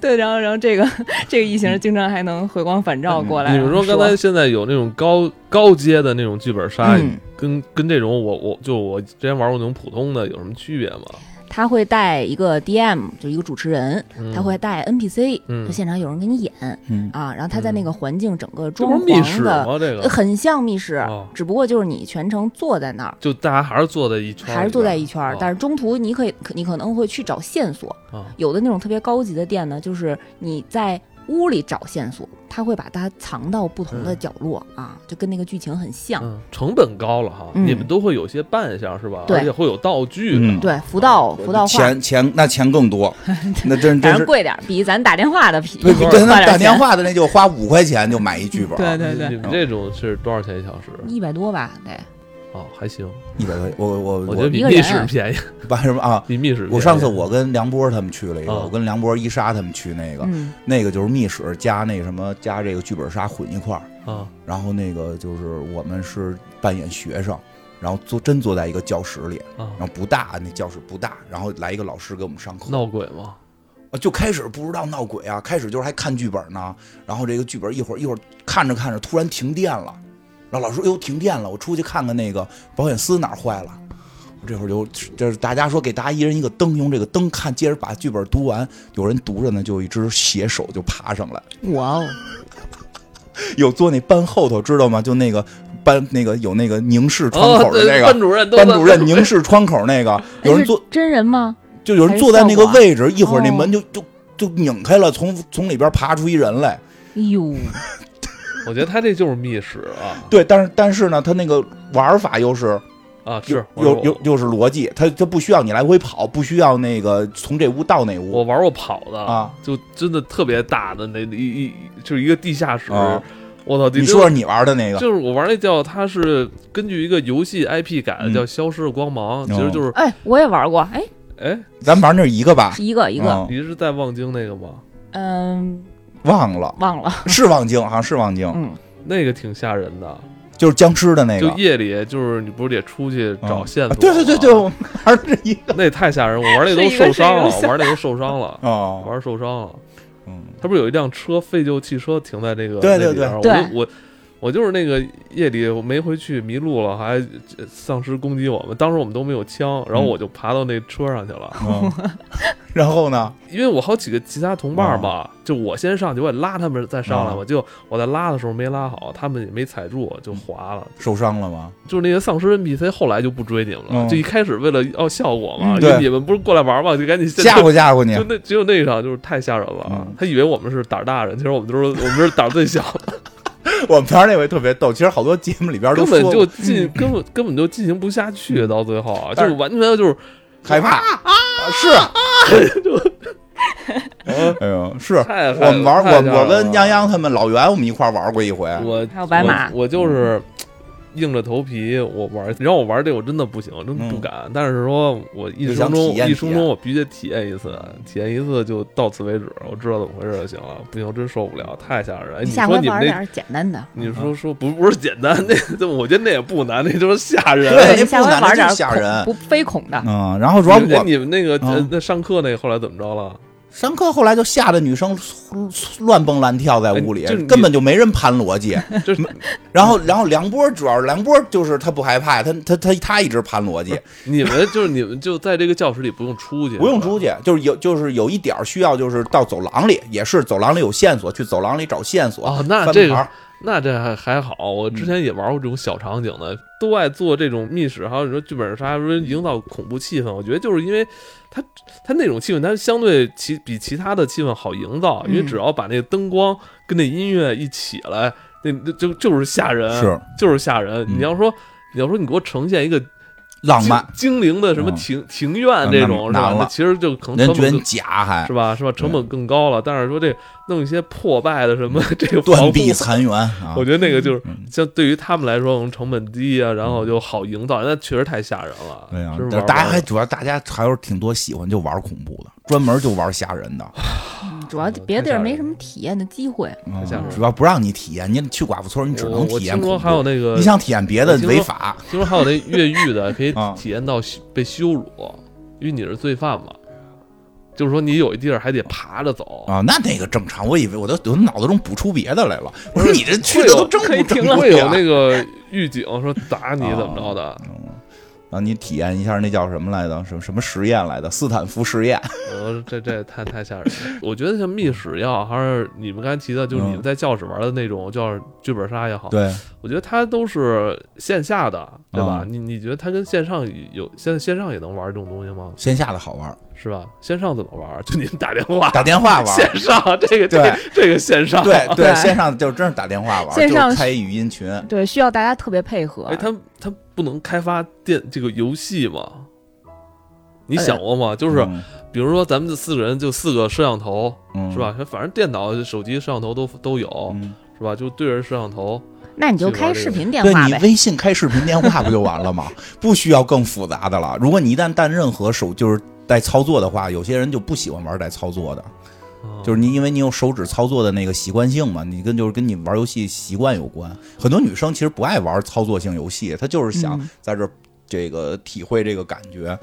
Speaker 3: 对，然后然后这个这个异
Speaker 2: 嗯
Speaker 3: 形经常还能回光返照过来。
Speaker 1: 你们
Speaker 3: 然后
Speaker 1: 说刚才现在有那种高高阶的那种剧本杀，
Speaker 3: 嗯
Speaker 1: 跟跟这种我我就我之前玩过那种普通的有什么区别吗？
Speaker 3: 他会带一个 DM，就一个主持人，
Speaker 1: 嗯
Speaker 3: 他会带 NPC，、
Speaker 1: 嗯
Speaker 3: 就现场有人给你演、
Speaker 2: 嗯
Speaker 3: 啊，然后他在那个环境整个
Speaker 1: 这
Speaker 3: 装
Speaker 1: 不是密室
Speaker 3: 潢的，
Speaker 1: 吗？这
Speaker 3: 呃
Speaker 1: 个
Speaker 3: 很像密室、
Speaker 1: 哦
Speaker 3: 只不过就是你全程坐在那儿。
Speaker 1: 就大家还是坐在一圈儿里边儿，
Speaker 3: 还是坐在一圈儿
Speaker 1: 哦，
Speaker 3: 但是中途你可以，可你可能会去找线索。
Speaker 1: 啊
Speaker 3: 有的那种特别高级的店呢，就是你在屋里找线索，他会把它藏到不同的
Speaker 1: 嗯
Speaker 3: 角落、啊，就跟那个剧情很像。
Speaker 1: 嗯，成本高了哈，
Speaker 3: 嗯
Speaker 1: 你们都会有些扮相是吧？
Speaker 3: 对
Speaker 1: 而且会有道具
Speaker 2: 嗯
Speaker 1: 的，
Speaker 3: 对，福到福到画，
Speaker 2: 钱钱那钱更 多，那真真
Speaker 3: 反正
Speaker 2: 是
Speaker 3: 贵点儿，比咱打电话的比
Speaker 2: 对对，
Speaker 3: 花
Speaker 2: 那打
Speaker 3: 点钱
Speaker 2: 电话的那就花五块钱就买一啊剧本，
Speaker 3: 对对
Speaker 1: 你
Speaker 3: 对，
Speaker 1: 们这种是多少钱一小时？
Speaker 3: 一百多吧，得
Speaker 1: 哦，还行，
Speaker 2: 一百块，我我
Speaker 1: 我觉得比
Speaker 3: 一个
Speaker 1: 密
Speaker 3: 人
Speaker 1: 室便宜，
Speaker 2: 把什么啊？
Speaker 1: 比密室便宜。
Speaker 2: 我上次我跟梁波他们去了一个，
Speaker 1: 嗯
Speaker 2: 我跟梁波、伊莎他们去那个，
Speaker 3: 嗯，
Speaker 2: 那个就是密室加那什么加这个剧本杀混一块儿，
Speaker 1: 啊，
Speaker 2: 然后那个就是我们是扮演学生，然后坐真坐在一个教室里，
Speaker 1: 啊
Speaker 2: 然后不大，那教室不大，然后来一个老师给我们上课，
Speaker 1: 闹鬼吗？
Speaker 2: 啊就开始不知道闹鬼啊，开始就是还看剧本呢，然后这个剧本一会儿一会儿看着看着突然停电了，然后老师说哟停电了，我出去看看那个保险丝哪儿坏了。我这会儿就就是大家说给大家一人一个灯，用这个灯看，接着把剧本读完。有人读着呢，就有一只血手就爬上来，
Speaker 3: 哇哦，
Speaker 2: 有坐那班后头知道吗？就那个班那个有那个凝视窗
Speaker 1: 哦，
Speaker 2: 口的那
Speaker 1: 对
Speaker 2: 个、
Speaker 1: 班主任都在，
Speaker 2: 班 主任凝视窗口那个，
Speaker 3: 哎
Speaker 2: 有人
Speaker 3: 是
Speaker 2: 坐，
Speaker 3: 真人吗？
Speaker 2: 就有人坐在那个位置，一会儿那
Speaker 3: 哦
Speaker 2: 门就就就拧开了，从从里边爬出一人来。
Speaker 3: 哎呦，
Speaker 1: 我觉得他这就是密室啊，
Speaker 2: 对，但是但是呢，他那个玩法又是
Speaker 1: 啊，
Speaker 2: 又
Speaker 1: 是我
Speaker 2: 又
Speaker 1: 说
Speaker 2: 又又是逻辑，它它不需要你来回跑，不需要那个从这屋到那
Speaker 1: 我
Speaker 2: 屋
Speaker 1: 玩过跑的，
Speaker 2: 啊。
Speaker 1: 就真的特别大的那一一就是一个地下室，
Speaker 2: 啊
Speaker 1: 我操！
Speaker 2: 你
Speaker 1: 就
Speaker 2: 说说你玩的那个，
Speaker 1: 就是我玩那叫它是根据一个游戏 IP 改的，
Speaker 2: 嗯哦
Speaker 1: 叫《消失的光芒》，其实就是
Speaker 3: 哎，我也玩过，哎，
Speaker 1: 哎，
Speaker 2: 咱玩那是一个吧
Speaker 3: 是？一个一个，
Speaker 2: 嗯
Speaker 1: 你是在望京那个吗？
Speaker 3: 嗯，
Speaker 2: 忘 了，
Speaker 3: 忘了，
Speaker 2: 是望京，好像是望京，
Speaker 3: 嗯，
Speaker 1: 那个挺吓人的，
Speaker 2: 就是僵尸的那个
Speaker 1: 就。夜里就是你不是得出去找
Speaker 2: 嗯
Speaker 1: 线索
Speaker 2: 啊
Speaker 1: 吗？
Speaker 2: 对对对对，我玩的是一个
Speaker 1: 那也太吓人！我玩那都
Speaker 3: 是一个
Speaker 1: 受伤了，
Speaker 3: 是一
Speaker 1: 我
Speaker 3: 个
Speaker 1: 玩那都受伤了，
Speaker 2: 哦，
Speaker 1: 玩受伤了。
Speaker 2: 嗯，
Speaker 1: 他不是有一辆车废旧汽车停在那个
Speaker 2: 对
Speaker 1: 那
Speaker 2: 对
Speaker 1: 里边
Speaker 3: 对
Speaker 1: 儿我就我我就是那个夜里我没回去迷路了，还呃丧尸攻击我们，当时我们都没有枪，然后
Speaker 2: 嗯
Speaker 1: 我就爬到那车上去了，
Speaker 2: 嗯然后呢？
Speaker 1: 因为我好几个其他同伴儿吧，就我先上去，我也拉他们再上来嘛，
Speaker 2: 哦嗯
Speaker 1: 就我在拉的时候没拉好，他们也没踩住，就滑了。
Speaker 2: 受伤了吗？
Speaker 1: 就是那些丧尸 NPC 后来就不追你们了，
Speaker 2: 嗯
Speaker 1: 就一开始为了要效果嘛，因
Speaker 3: 嗯
Speaker 1: 为
Speaker 2: 对
Speaker 1: 你们不是过来玩嘛，就赶紧先
Speaker 2: 吓唬吓唬你啊
Speaker 1: 就，那只有那一场就是太吓人了，
Speaker 2: 嗯
Speaker 1: 他以为我们是胆儿大人，其实我们都是我们是胆儿最小，
Speaker 2: 我们当时那回特别逗，其实好多节目里边都
Speaker 1: 根
Speaker 2: 说
Speaker 1: 本就
Speaker 2: 过嗯
Speaker 1: 进根本根本就进行不下去，到最后啊，就
Speaker 2: 但
Speaker 1: 是
Speaker 2: 是
Speaker 1: 完全就是
Speaker 2: 害怕啊，是啊， 哎呦是，
Speaker 1: 太
Speaker 2: 我们玩
Speaker 1: 太
Speaker 2: 我
Speaker 1: 吓人了啊
Speaker 2: 我跟泱泱他们老袁我们一块儿玩过一回，
Speaker 1: 我
Speaker 3: 还有白马
Speaker 1: 我我就是硬着头皮我玩，你让我玩这我真的不行，真不敢。但是说我一
Speaker 2: 嗯就
Speaker 1: 生
Speaker 2: 想
Speaker 1: 中
Speaker 2: 体验
Speaker 1: 一生
Speaker 2: 体验嗯
Speaker 1: 中我必须得体验一次，体验一次就到此为止，我知道怎么回事就行了。不行，真受不了，太吓人了。哎你
Speaker 3: 下
Speaker 1: 说
Speaker 3: 回
Speaker 1: 你们
Speaker 3: 玩
Speaker 1: 那
Speaker 3: 点儿简单的，
Speaker 2: 嗯
Speaker 1: 你说说不不是简单，那那我觉得那也不难，那就是吓人。啊
Speaker 2: 对
Speaker 3: 你
Speaker 2: 那
Speaker 3: 下
Speaker 2: 哎不
Speaker 3: 回
Speaker 2: 难
Speaker 3: 玩
Speaker 2: 那就
Speaker 3: 点儿
Speaker 2: 吓
Speaker 3: 恐
Speaker 2: 人
Speaker 3: 不非恐的，
Speaker 2: 嗯，然后主要
Speaker 1: 你哎
Speaker 2: 我
Speaker 1: 你们那个呃
Speaker 2: 嗯
Speaker 1: 那上课那个后来怎么着 了？
Speaker 2: 上课后来就吓得女生乱蹦乱跳在屋里
Speaker 1: 哎就你，
Speaker 2: 根本就没人盘逻辑。
Speaker 1: 就是
Speaker 2: 然后，然后梁波主要是梁波就是他不害怕，他他他他一直盘逻辑，
Speaker 1: 你们就是你们就在这个教室里不用出去，
Speaker 2: 不用出去，就是有就是有一点儿需要，就是到走廊里也是走廊里有线索，去走廊里找线索。
Speaker 1: 哦那
Speaker 2: 翻
Speaker 1: 这个
Speaker 2: 牌儿
Speaker 1: 那这还还好，我之前也玩过这种小场景的，都爱做这种密室，还有你说剧本杀，说营造恐怖气氛。我觉得就是因为它它那种气氛，它相对其比其他的气氛好营造，因为
Speaker 3: 嗯
Speaker 1: 只要把那个灯光跟那音乐一起来，那那就就是吓人，
Speaker 2: 是
Speaker 1: 就是吓人。
Speaker 2: 嗯
Speaker 1: 你要说你要说你给我呈现一个
Speaker 2: 浪
Speaker 1: 精
Speaker 2: 漫，
Speaker 1: 精灵的什么庭、庭院这种
Speaker 2: 嗯
Speaker 1: 是
Speaker 2: 那
Speaker 1: 吧？
Speaker 2: 难
Speaker 1: 那
Speaker 2: 了
Speaker 1: 其实就可能
Speaker 2: 人
Speaker 1: 成
Speaker 2: 觉得
Speaker 1: 本
Speaker 2: 你
Speaker 1: 更
Speaker 2: 假还
Speaker 1: 是吧是吧？成本更高了。但是说这弄一些破败的什么 这个
Speaker 2: 嗯断
Speaker 1: 房
Speaker 2: 壁
Speaker 1: 屋
Speaker 2: 残垣啊
Speaker 1: 我！觉得那个就是
Speaker 2: 嗯
Speaker 1: 像对于他们来说，我们成本低啊，然后就好营造，那确实太吓人了。
Speaker 2: 对呀
Speaker 1: 真是，玩不
Speaker 2: 但大家
Speaker 1: 了
Speaker 2: 还主要大家还有挺多喜欢就玩恐怖的，专门就玩吓人的，
Speaker 3: 嗯主要
Speaker 1: 嗯
Speaker 3: 别的
Speaker 1: 太
Speaker 3: 地
Speaker 1: 吓人
Speaker 3: 儿没
Speaker 1: 了
Speaker 3: 什么体验的机会，
Speaker 2: 嗯
Speaker 1: 吓人
Speaker 2: 主要不让你体验，你去寡妇村你只
Speaker 1: 我
Speaker 2: 能体验
Speaker 1: 我听说
Speaker 2: 恐
Speaker 1: 还有
Speaker 2: 怖。
Speaker 1: 那个
Speaker 2: 你，想体验别的
Speaker 1: 我听说
Speaker 2: 违法，
Speaker 1: 听说还有那越狱 的，可以
Speaker 2: 啊
Speaker 1: 体验到羞被羞辱，因为你是罪犯嘛。就是说，你有一地儿还得爬着走，
Speaker 2: 啊，那那个正常，我以为我都我脑子中补出别的来了。
Speaker 1: 不
Speaker 2: 我
Speaker 1: 是
Speaker 2: 说你这去的都正不
Speaker 3: 会有
Speaker 2: 正
Speaker 3: 可以停了
Speaker 1: 会
Speaker 2: 规
Speaker 1: 有
Speaker 2: 啊
Speaker 1: 那个狱警说打你怎么着的。
Speaker 2: 让你体验一下那叫什么来的，什么什么实验来的，斯坦福实验。
Speaker 1: 我说这这太太吓人了。 我觉得像密室也好，还是你们刚才提到，就是你们
Speaker 2: 嗯
Speaker 1: 在教室玩的那种叫剧本杀也好，
Speaker 2: 对，
Speaker 1: 我觉得它都是线下的，对吧？
Speaker 2: 嗯
Speaker 1: 你你觉得它跟线上有现在线上也能玩这种东西吗？
Speaker 2: 线下的好玩，
Speaker 1: 是吧？线上怎么玩？就你们打电话，
Speaker 2: 打电话玩。
Speaker 1: 线上这个这个这个线上，
Speaker 2: 对
Speaker 3: 对
Speaker 2: 线上就真是打电话玩，
Speaker 3: 线上
Speaker 2: 就开语音群。
Speaker 3: 对，需要大家特别配合
Speaker 1: 哎，，它它不能开发电这个游戏吗？你想过吗？就是
Speaker 2: 哎嗯
Speaker 1: 比如说咱们这四个人就四个摄像头，
Speaker 2: 嗯
Speaker 1: 是吧？反正电脑、手机摄像头都都有，
Speaker 2: 嗯
Speaker 1: 是吧？就对着摄像头，
Speaker 3: 那你就
Speaker 1: 去玩
Speaker 3: 开
Speaker 1: 这
Speaker 3: 视
Speaker 1: 个
Speaker 3: 频电
Speaker 2: 对
Speaker 3: 话
Speaker 2: 你
Speaker 3: 呗。
Speaker 2: 微信开视频电话不就完了 吗？不需要更复杂的了。如果你一旦带任何手就是带操作的话，有些人就不喜欢玩带操作的，
Speaker 1: 嗯
Speaker 2: 就是你因为你有手指操作的那个习惯性嘛，你跟就是跟你玩游戏习惯有关。很多女生其实不爱玩操作性游戏，她就是想
Speaker 3: 嗯
Speaker 2: 在这儿这个体会这个感觉，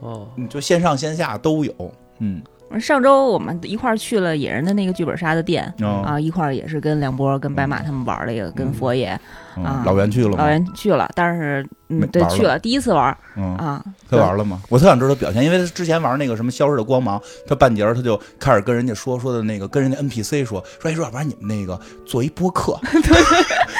Speaker 1: 哦，
Speaker 2: 你就线上线下都有。嗯，
Speaker 3: 上周我们一块儿去了野人的那个剧本杀的店
Speaker 2: 哦
Speaker 3: 啊，一块儿也是跟梁波、跟白马他们玩了一个，跟佛爷
Speaker 2: 嗯
Speaker 3: 啊
Speaker 2: 老袁去了
Speaker 3: 老
Speaker 2: 吗？
Speaker 3: 袁去了，但是
Speaker 2: 没
Speaker 3: 嗯，对
Speaker 2: 玩，了
Speaker 3: 去了第一次玩
Speaker 2: 嗯，
Speaker 3: 啊，
Speaker 2: 他玩了吗？我特想知道表现，因为他之前玩那个什么《消失的光芒》，他半截儿他就开始跟人家说说的那个，跟人家 NPC 说说，哎，说要不然你们那个做一播 客，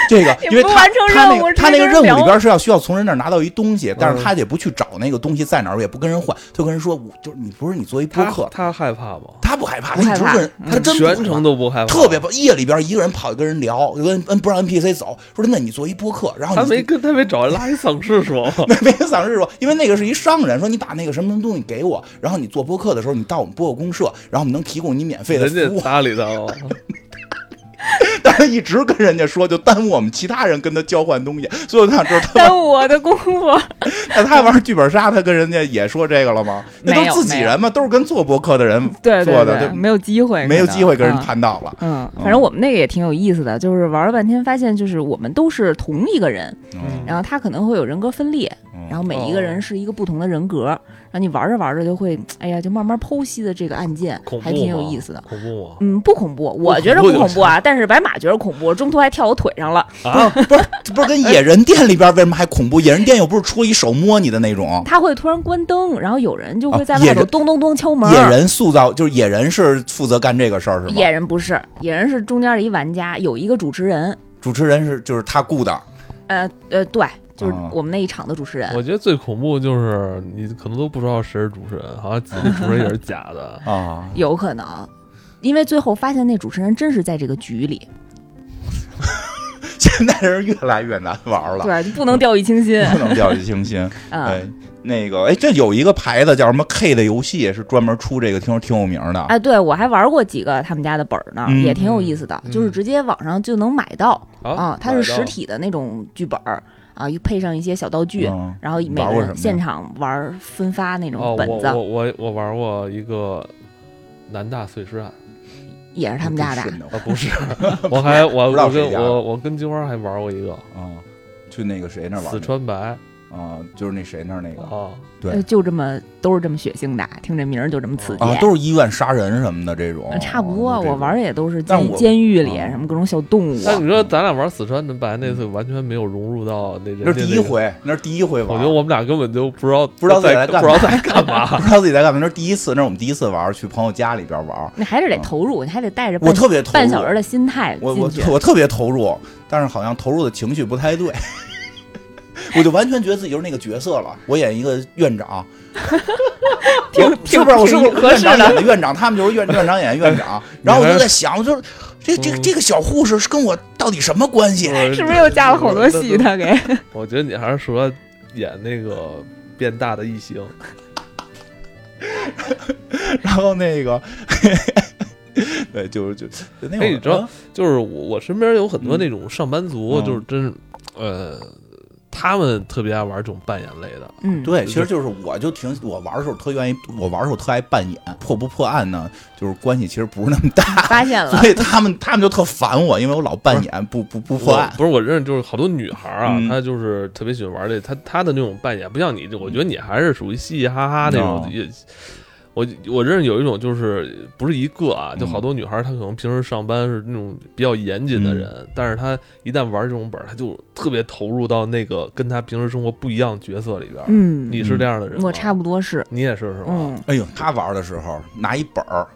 Speaker 2: 这个，因为
Speaker 3: 也不
Speaker 2: 他
Speaker 3: 完成
Speaker 2: 他那
Speaker 3: 任务
Speaker 2: 个他那个
Speaker 3: 直接跟人
Speaker 2: 任务里
Speaker 3: 聊嗯
Speaker 2: 边是要需要从人那儿拿到一东西，但是他也不去找那个东西在哪儿，也不跟人换，就跟人说，我就是你不是你做一播
Speaker 1: 他
Speaker 2: 客，
Speaker 1: 他害怕吗？
Speaker 2: 他不害怕，
Speaker 3: 不
Speaker 2: 他一
Speaker 3: 害
Speaker 2: 直
Speaker 3: 怕
Speaker 2: 跟人，他真不害
Speaker 1: 全
Speaker 2: 怕
Speaker 1: 程都不害怕，
Speaker 2: 特别怕夜里边一个人跑去跟人聊，跟嗯不让 NPC 走，说那你你做一播客，然后
Speaker 1: 他
Speaker 2: 你
Speaker 1: 没跟他没找垃圾丧尸 说吗？
Speaker 2: 没没跟丧尸说，因为那个是一商人说你把那个什么什么东西给我，然后你做播客的时候你到我们播客公社，然后我们能提供你免费的
Speaker 1: 人
Speaker 2: 服啊
Speaker 1: 家
Speaker 2: 务。
Speaker 1: 搭理他哦吗？
Speaker 2: 但是一直跟人家说，就耽误我们其他人跟他交换东西。所以我想知道他
Speaker 3: 耽误我的功夫。
Speaker 2: 那他玩剧本杀，他跟人家也说这个了吗？那
Speaker 3: 没
Speaker 2: 都
Speaker 3: 有
Speaker 2: 自己人嘛，都是跟做博客的人
Speaker 3: 对
Speaker 2: 做
Speaker 3: 对
Speaker 2: 的
Speaker 3: 对，
Speaker 2: 对
Speaker 3: 没有机会可能，
Speaker 2: 没有机会跟人
Speaker 3: 嗯
Speaker 2: 谈到了。
Speaker 3: 嗯，反正我们那个也挺有意思的，就是玩了半天，发现就是我们都是同一个人，
Speaker 1: 嗯
Speaker 3: 然后他可能会有人格分裂，
Speaker 2: 嗯
Speaker 3: 然后每一个人是一个不同的人格，然后你玩着玩着就会，哎呀，就慢慢剖析的这个案件
Speaker 1: 恐，怖
Speaker 3: 还挺有
Speaker 1: 吗
Speaker 3: 意思的。
Speaker 1: 恐怖吗？
Speaker 3: 嗯，不恐怖，我觉着
Speaker 1: 恐
Speaker 3: 不
Speaker 1: 怖
Speaker 3: 恐
Speaker 1: 就
Speaker 3: 怖啊，但是白马觉得恐怖，中途还跳我腿上了。
Speaker 1: 啊，
Speaker 2: 这不是跟野人店里边为什么还恐怖？野人店又不是出一手摸你的那种。
Speaker 3: 他会突然关灯，然后有人就
Speaker 2: 啊
Speaker 3: 会在
Speaker 2: 野
Speaker 3: 外头
Speaker 2: 人
Speaker 3: 咚咚咚敲门。
Speaker 2: 野人塑造就是野人是负责干这个事儿是吗
Speaker 3: 野？人不是，野人是中间的一玩家，有一个主持人，
Speaker 2: 主持人是就是他雇的，
Speaker 3: 呃呃，对，就是
Speaker 2: 啊。
Speaker 3: 我们那一场的主持人。
Speaker 1: 我觉得最恐怖就是你可能都不知道谁是主持人，好像几个主持人也是假的
Speaker 2: 啊，
Speaker 3: 有可能，因为最后发现那主持人真是在这个局里，
Speaker 2: 现在人越来越难玩了，
Speaker 3: 对，就不能掉以轻心
Speaker 2: 不能掉以轻心。
Speaker 3: 啊
Speaker 2: 哎，那个哎，这有一个牌子叫什么 K 的游戏，是专门出这个，听说挺有名的。
Speaker 3: 哎，对我还玩过几个他们家的本儿呢，
Speaker 2: 嗯哦
Speaker 3: 也挺有意思的，就是直接网上就能买到啊，它是
Speaker 1: 买
Speaker 3: 实
Speaker 1: 到
Speaker 3: 体的那种剧本儿啊，又配上一些小道具，
Speaker 2: 嗯
Speaker 3: 然后每
Speaker 2: 玩
Speaker 3: 个
Speaker 2: 过什么呀
Speaker 3: 人现场玩分发那
Speaker 1: 哦
Speaker 3: 种，本子，
Speaker 1: 我我我我玩过一个南大碎尸案
Speaker 3: 也是他们家的
Speaker 2: 不。顺的
Speaker 1: 啊，不是，我还我
Speaker 2: 不知道
Speaker 1: 我
Speaker 2: 谁
Speaker 1: 跟
Speaker 2: 家
Speaker 1: 我我跟金花还玩过一个
Speaker 2: 啊，去那个谁那儿玩
Speaker 1: 死
Speaker 2: 的
Speaker 1: 哦川白
Speaker 2: 啊，就是那谁那儿那个
Speaker 1: 啊，
Speaker 2: 对
Speaker 3: 呃，就这么都是这么血腥的，听这名儿就这么刺激，
Speaker 2: 啊，都是医院杀人什么的这种
Speaker 3: 呃，差不多。
Speaker 2: 啊
Speaker 3: 我玩儿也都是
Speaker 2: 但
Speaker 3: 监
Speaker 2: 我
Speaker 3: 监狱里
Speaker 2: 啊
Speaker 3: 什么各种小动物，
Speaker 1: 但你说咱俩玩死川白那次完全没有融入到那人家
Speaker 2: 这是第一
Speaker 1: 那个，
Speaker 2: 回，那是第一回
Speaker 1: 我
Speaker 2: 玩
Speaker 1: 觉 得。我们俩根本就不知道
Speaker 2: 不知道自己
Speaker 1: 在
Speaker 2: 在干
Speaker 1: 不知道在干嘛
Speaker 2: 不。知道自己在干嘛，那是第一次，那是我们第一次玩，去朋友家里边玩，
Speaker 3: 那还是
Speaker 1: 啊
Speaker 3: 得投入，你还得带着
Speaker 2: 我
Speaker 3: 半
Speaker 2: 特别投入，
Speaker 3: 半小时的心态
Speaker 2: 我我
Speaker 3: 进去。
Speaker 2: 我特别投入，但是好像投入的情绪不太对， 我就完全觉得自己就是那个角色了，我演一个院 长，
Speaker 3: 挺
Speaker 2: 我
Speaker 3: 挺
Speaker 2: 是不是？我是
Speaker 3: 挺
Speaker 2: 不是
Speaker 3: 合
Speaker 2: 院
Speaker 3: 适
Speaker 2: 长
Speaker 3: 的哎
Speaker 2: 演的院长，他们就是院院长演院长，然后我就在想，我就是这这
Speaker 1: 嗯
Speaker 2: 这个小护士是跟我到底什么关系？
Speaker 3: 是不是又加了好多戏？他给
Speaker 1: 我觉得你还是适合演那个变大的异形，
Speaker 2: 然后那个， 对，就是就就那会嗯
Speaker 1: 哎
Speaker 2: 儿，
Speaker 1: 你知道就是我我身边有很多
Speaker 2: 嗯
Speaker 1: 那种上班族，
Speaker 2: 嗯
Speaker 1: 就是真是呃，他们特别爱玩这种扮演类的。
Speaker 3: 嗯，
Speaker 2: 对，其实就是我就挺我玩的时候特愿意，我玩的时候特爱扮演，破不破案呢，就是关系其实不是那么大，
Speaker 3: 发现了
Speaker 2: 所以他们他们就特烦我，因为我老扮演不不不破
Speaker 1: 我
Speaker 2: 案。
Speaker 1: 不是我认识，就是好多女孩啊，
Speaker 2: 嗯
Speaker 1: 她就是特别喜欢玩这，她她的那种扮演，不像你，我觉得你还是属于嘻嘻哈哈那种
Speaker 3: 哦
Speaker 2: 嗯
Speaker 1: 也。我我认识有一种就是不是一个啊，就
Speaker 2: 嗯
Speaker 1: 好多女孩，她可能平时上班是那种比较严谨的人，
Speaker 3: 嗯
Speaker 1: 但是她一旦玩这种本儿，她就特别投入到那个跟她平时生活不一样的角色里边儿。
Speaker 3: 嗯，
Speaker 1: 你是这样的人吗？
Speaker 3: 我差不多是，
Speaker 1: 你也是是吧？
Speaker 3: 嗯，
Speaker 2: 哎呦，他玩的时候拿一本 儿，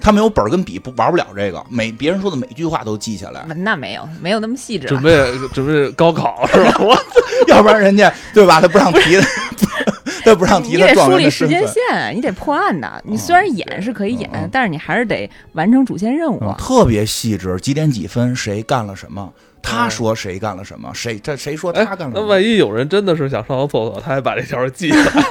Speaker 2: 他没有本儿跟笔不玩不了这个，每别人说的每句话都记下来，
Speaker 3: 那没有没有那么细致
Speaker 1: 准
Speaker 3: 了，
Speaker 1: 备准备高考 是吧？我
Speaker 2: 要不然人家对吧？他不让提他，他不让
Speaker 3: 你
Speaker 2: 提他
Speaker 3: 得
Speaker 2: 状
Speaker 3: 梳
Speaker 2: 元
Speaker 3: 理
Speaker 2: 的
Speaker 3: 时
Speaker 2: 身
Speaker 3: 间
Speaker 2: 份。
Speaker 3: 线，你得破案
Speaker 1: 哦
Speaker 3: 的。你虽然演是可以
Speaker 2: 嗯嗯
Speaker 3: 演，但是你还是得完成主线任务。啊
Speaker 2: 嗯特别细致，几点几分谁干了什么，
Speaker 3: 嗯
Speaker 2: 他说谁干了什么，谁这谁说
Speaker 1: 哎
Speaker 2: 他干，了
Speaker 1: 那
Speaker 2: 什么。
Speaker 1: 万一有人真的是想上个厕所，他还把这条记下来，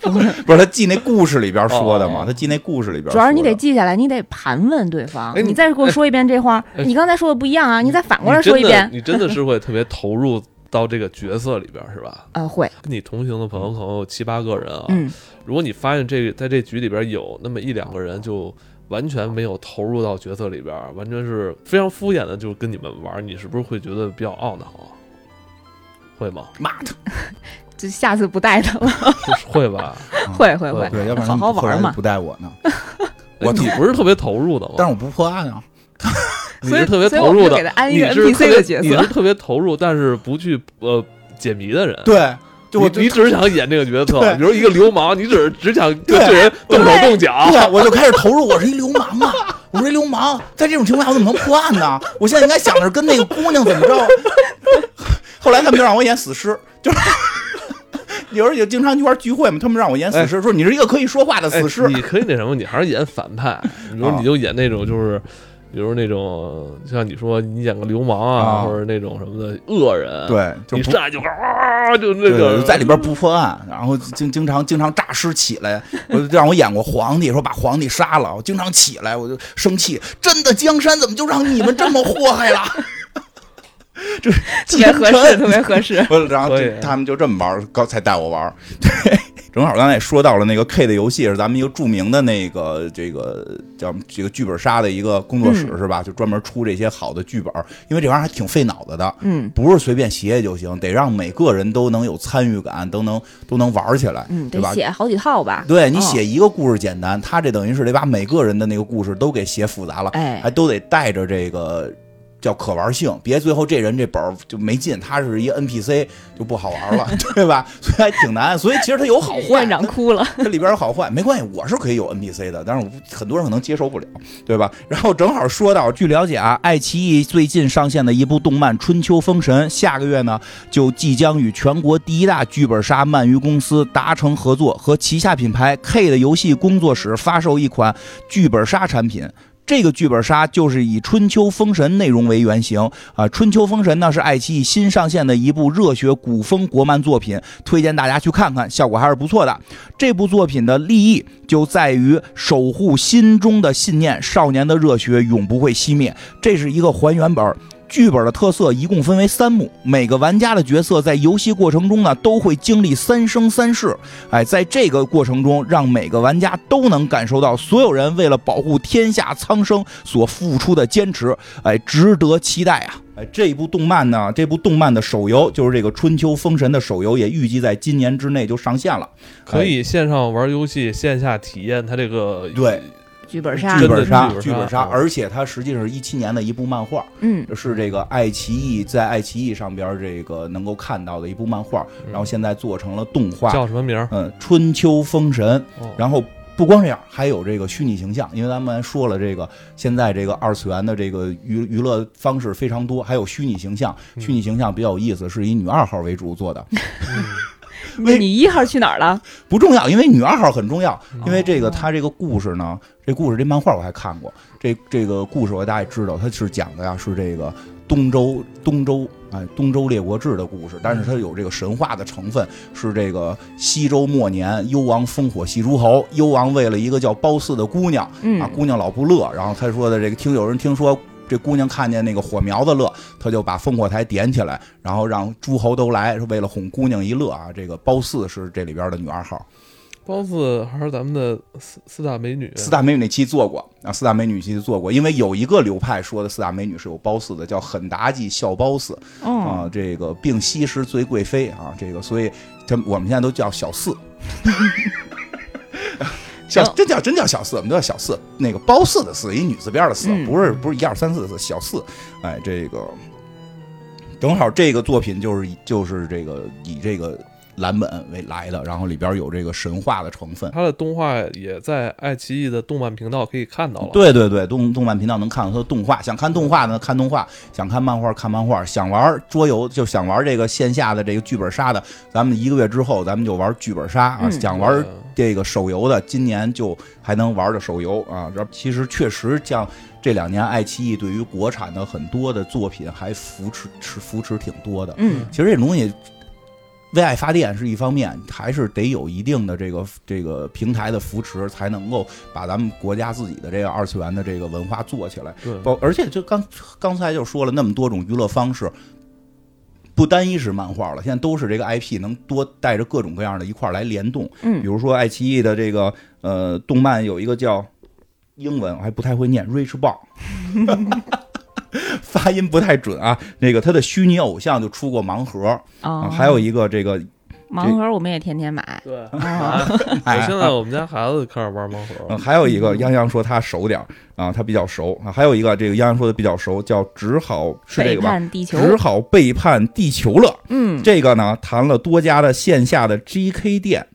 Speaker 2: 不是他记那故事里边说的嘛？
Speaker 1: 哦
Speaker 2: 他记那故事里边说的，
Speaker 3: 主要是你得记下来，你得盘问对方
Speaker 1: 哎。你
Speaker 3: 你再给我说一遍这话，
Speaker 1: 哎
Speaker 3: 你刚才说的不一样啊！你再反过来
Speaker 1: 你真
Speaker 3: 说
Speaker 1: 的
Speaker 3: 一遍。
Speaker 1: 你真的是会特别投入到这个角色里边儿，是吧？
Speaker 3: 呃，会，
Speaker 1: 跟你同行的朋友可能有七八个人啊，
Speaker 3: 嗯，
Speaker 1: 如果你发现这个在这局里边有那么一两个人就。完全没有投入到角色里边儿，完全是非常敷衍的，就跟你们玩儿，你是不是会觉得比较懊恼啊？会 吗？
Speaker 2: 骂他，
Speaker 3: 就下次不带他了。
Speaker 1: 是会吧？
Speaker 3: 会会会
Speaker 2: 对，要不然
Speaker 3: 好好
Speaker 2: 后来
Speaker 3: 玩嘛
Speaker 2: 就不带我 呢。
Speaker 1: 哎
Speaker 2: 我
Speaker 1: 你不是特别投入的吗？
Speaker 2: 但是我不破案啊，
Speaker 3: 嗯
Speaker 1: 你
Speaker 3: 所以
Speaker 1: 是特别
Speaker 3: 所以
Speaker 1: 投
Speaker 3: 我们
Speaker 1: 入的
Speaker 3: 就给他，安一
Speaker 1: 你
Speaker 3: 个
Speaker 1: 是
Speaker 3: NPC
Speaker 1: 特别
Speaker 3: 的角色
Speaker 1: 你是特别投入，但是不去呃解谜 的人。
Speaker 2: 对，就我
Speaker 1: 你你只是想演这个角色，
Speaker 2: 对
Speaker 1: 比如一个流氓，你只是只想对
Speaker 2: 对
Speaker 1: 这人动手动脚。哎
Speaker 2: 对，啊我就开始投入，我是一流氓啊，我是一流氓，在这种情况下我怎么能破案呢？我现在应该想的是跟那个姑娘怎么着。 后来他们就让我演死尸，就是 有时候也经常一块儿聚会嘛，他们让我演死尸，哎说你是一个可以说话的
Speaker 1: 哎
Speaker 2: 死尸。
Speaker 1: 你可以那什么，你还是演反派，比如
Speaker 2: 啊
Speaker 1: 你就演那种就是比如那种像你说你演个流氓
Speaker 2: 啊
Speaker 1: 啊，或者那种什么的恶人，，
Speaker 2: 对，就
Speaker 1: 你
Speaker 2: 不
Speaker 1: 上来就啊，就那
Speaker 2: 对对，
Speaker 1: 个
Speaker 2: 就在里边不破案，然后经经常经常诈尸起来，我就让我演过皇帝，说把皇帝杀了，我经常起来我就生气，真的江山怎么就让你们这么祸害了？ 这
Speaker 3: 特别合适，特
Speaker 2: 江山
Speaker 3: 别合适。
Speaker 2: 不是， 然后
Speaker 1: 可
Speaker 2: 就
Speaker 1: 以
Speaker 2: 他
Speaker 3: 啊
Speaker 2: 们就这么玩儿，刚才带我玩儿。 对，正好刚才也说到了那个 K 的游戏是咱们一个著名的那个这个叫这个剧本杀的一个工作室、
Speaker 3: 嗯
Speaker 2: 是吧？就专门出这些好的剧本儿，因为这玩意儿还挺费脑子的，
Speaker 3: 嗯
Speaker 2: 不是随便写写就行，得让每个人都能有参与感，都能都能玩儿起来，
Speaker 3: 嗯，
Speaker 2: 对
Speaker 3: 得
Speaker 2: 吧？
Speaker 3: 写好几套吧？
Speaker 2: 对你
Speaker 3: 嗯
Speaker 2: 写一个故事简单，他这等于是得把每个人的那个故事都给写复杂了，
Speaker 3: 哎
Speaker 2: 还都得带着这个叫可玩性，别最后这人这本儿就没劲，他是一 NPC 就不好玩了， 对吧？所以还挺难，所以其实它有好坏
Speaker 3: 院，长哭了，
Speaker 2: 它里边有好坏，没关系，我是可以有 NPC 的，但是我不很多人可能接受不了，对吧？然后正好说到，据了解啊，爱奇艺最近上线的一部动漫《春秋封神》，下个月呢就即将与全国第一大剧本杀鳗鱼公司达成合作，和旗下品牌 K 的游戏工作室发售一款剧本杀产品。这个剧本杀就是以《春秋封神》内容为原型啊，《春秋封神呢》是爱奇艺新上线的一部热血古风国漫作品，推荐大家去看看，效果还是不错的。这部作品的立意就在于守护心中的信念，少年的热血永不会熄灭。这是一个还原本儿。剧本的特色一共分为三幕，每个玩家的角色在游戏过程中呢都会经历三生三世。哎，在这个过程中，让每个玩家都能感受到所有人为了保护天下苍生所付出的坚持。哎，值得期待啊！哎，这一部动漫呢，这部动漫的手游就是这个《春秋封神》的手游，也预计在今年之内就上线了。
Speaker 1: 可以线上玩游戏，线下体验它这个
Speaker 2: 对，
Speaker 3: 剧本杀
Speaker 2: 剧，
Speaker 1: 真的
Speaker 2: 本杀，
Speaker 1: 剧本杀
Speaker 2: 剧本杀，
Speaker 1: 嗯
Speaker 2: 而且它实际上是一七年的一部漫画，
Speaker 3: 嗯，
Speaker 2: 是这个爱奇艺在爱奇艺上边儿这个能够看到的一部漫画，然后现在做成了动画，
Speaker 1: 叫什么名儿？
Speaker 2: 嗯，《春秋封神》，
Speaker 1: 哦
Speaker 2: 然后。不光这样，还有这个虚拟形象，因为咱们说了，这个现在这个二次元的这个娱娱乐方式非常多，还有虚拟形象。虚拟形象比较有意思，是以女二号为主做的，为
Speaker 3: 你一号去哪儿了？
Speaker 2: 不重要，因为女二号很重要，
Speaker 1: 嗯 啊
Speaker 2: 因为这个
Speaker 3: 哦
Speaker 2: 她这个故事呢，这故事这漫画我还看过，这这个故事我大概知道，它是讲的呀是这个东周东周哎东周列国志的故事，但是它有这个神话的成分，是这个西周末年幽王烽火戏诸侯，幽王为了一个叫褒姒的姑娘啊
Speaker 3: 嗯，
Speaker 2: 姑娘老不乐，然后他说的这个听有人听说。这姑娘看见那个火苗子乐，他就把烽火台点起来，然后让诸侯都来，是为了哄姑娘一乐啊。这个褒姒是这里边的女二号，
Speaker 1: 包子还是咱们的四四大美女，
Speaker 2: 四大美女那期做过啊，四大美女那期做过，因为有一个流派说的四大美女是有褒姒的，叫狠妲己笑褒姒
Speaker 3: 哦，
Speaker 2: 啊，这个并西施最贵妃啊，这个所以他们我们现在都叫小四，小
Speaker 3: 行
Speaker 2: 真叫真叫小四，我们都叫小四，那个褒姒的四，一女字边的四，
Speaker 3: 嗯
Speaker 2: 不是不是一二三四的四，小四，哎，这个正好这个作品就是以就是这个以这个蓝本为来的，然后里边有这个神话的成分。
Speaker 1: 它的动画也在爱奇艺的动漫频道可以看到了。
Speaker 2: 对对对，动动漫频道能看到它的动画，想看动画呢看动画，想看漫画看漫画，想玩桌游就想玩这个线下的这个剧本杀的，咱们一个月之后咱们就玩剧本杀啊，
Speaker 3: 嗯
Speaker 2: 想玩
Speaker 1: 嗯
Speaker 2: 这个手游的，今年就还能玩的手游啊。这其实确实像这两年爱奇艺对于国产的很多的作品还扶持持扶持挺多的，
Speaker 3: 嗯，
Speaker 2: 其实这种东西为爱发电是一方面，还是得有一定的这个这个平台的扶持，才能够把咱们国家自己的这个二次元的这个文化做起来。
Speaker 1: 对，
Speaker 2: 包而且就刚刚才就说了那么多种娱乐方式。不单一是漫画了，现在都是这个 IP 能多带着各种各样的一块儿来联动。
Speaker 3: 嗯
Speaker 2: 比如说爱奇艺的这个呃动漫有一个叫英文我还不太会念 Rich b o n 发音不太准啊。那个他的虚拟偶像就出过盲盒，
Speaker 3: 哦
Speaker 2: 啊，还有一个这个，
Speaker 3: 盲盒，我们也天天买。
Speaker 1: 对，
Speaker 3: 哦，
Speaker 1: 啊我
Speaker 2: 哎
Speaker 1: 现在我们家孩子开始玩盲盒，
Speaker 2: 嗯，还有一个泱泱说他熟点儿啊，他比较熟啊，还有一个这个泱泱说的比较熟，叫只好是这
Speaker 3: 背
Speaker 2: 个吧？
Speaker 3: 叛地球，
Speaker 2: 只好背叛地球了。
Speaker 3: 嗯
Speaker 2: 这个呢，谈了多家的线下的 GK 店，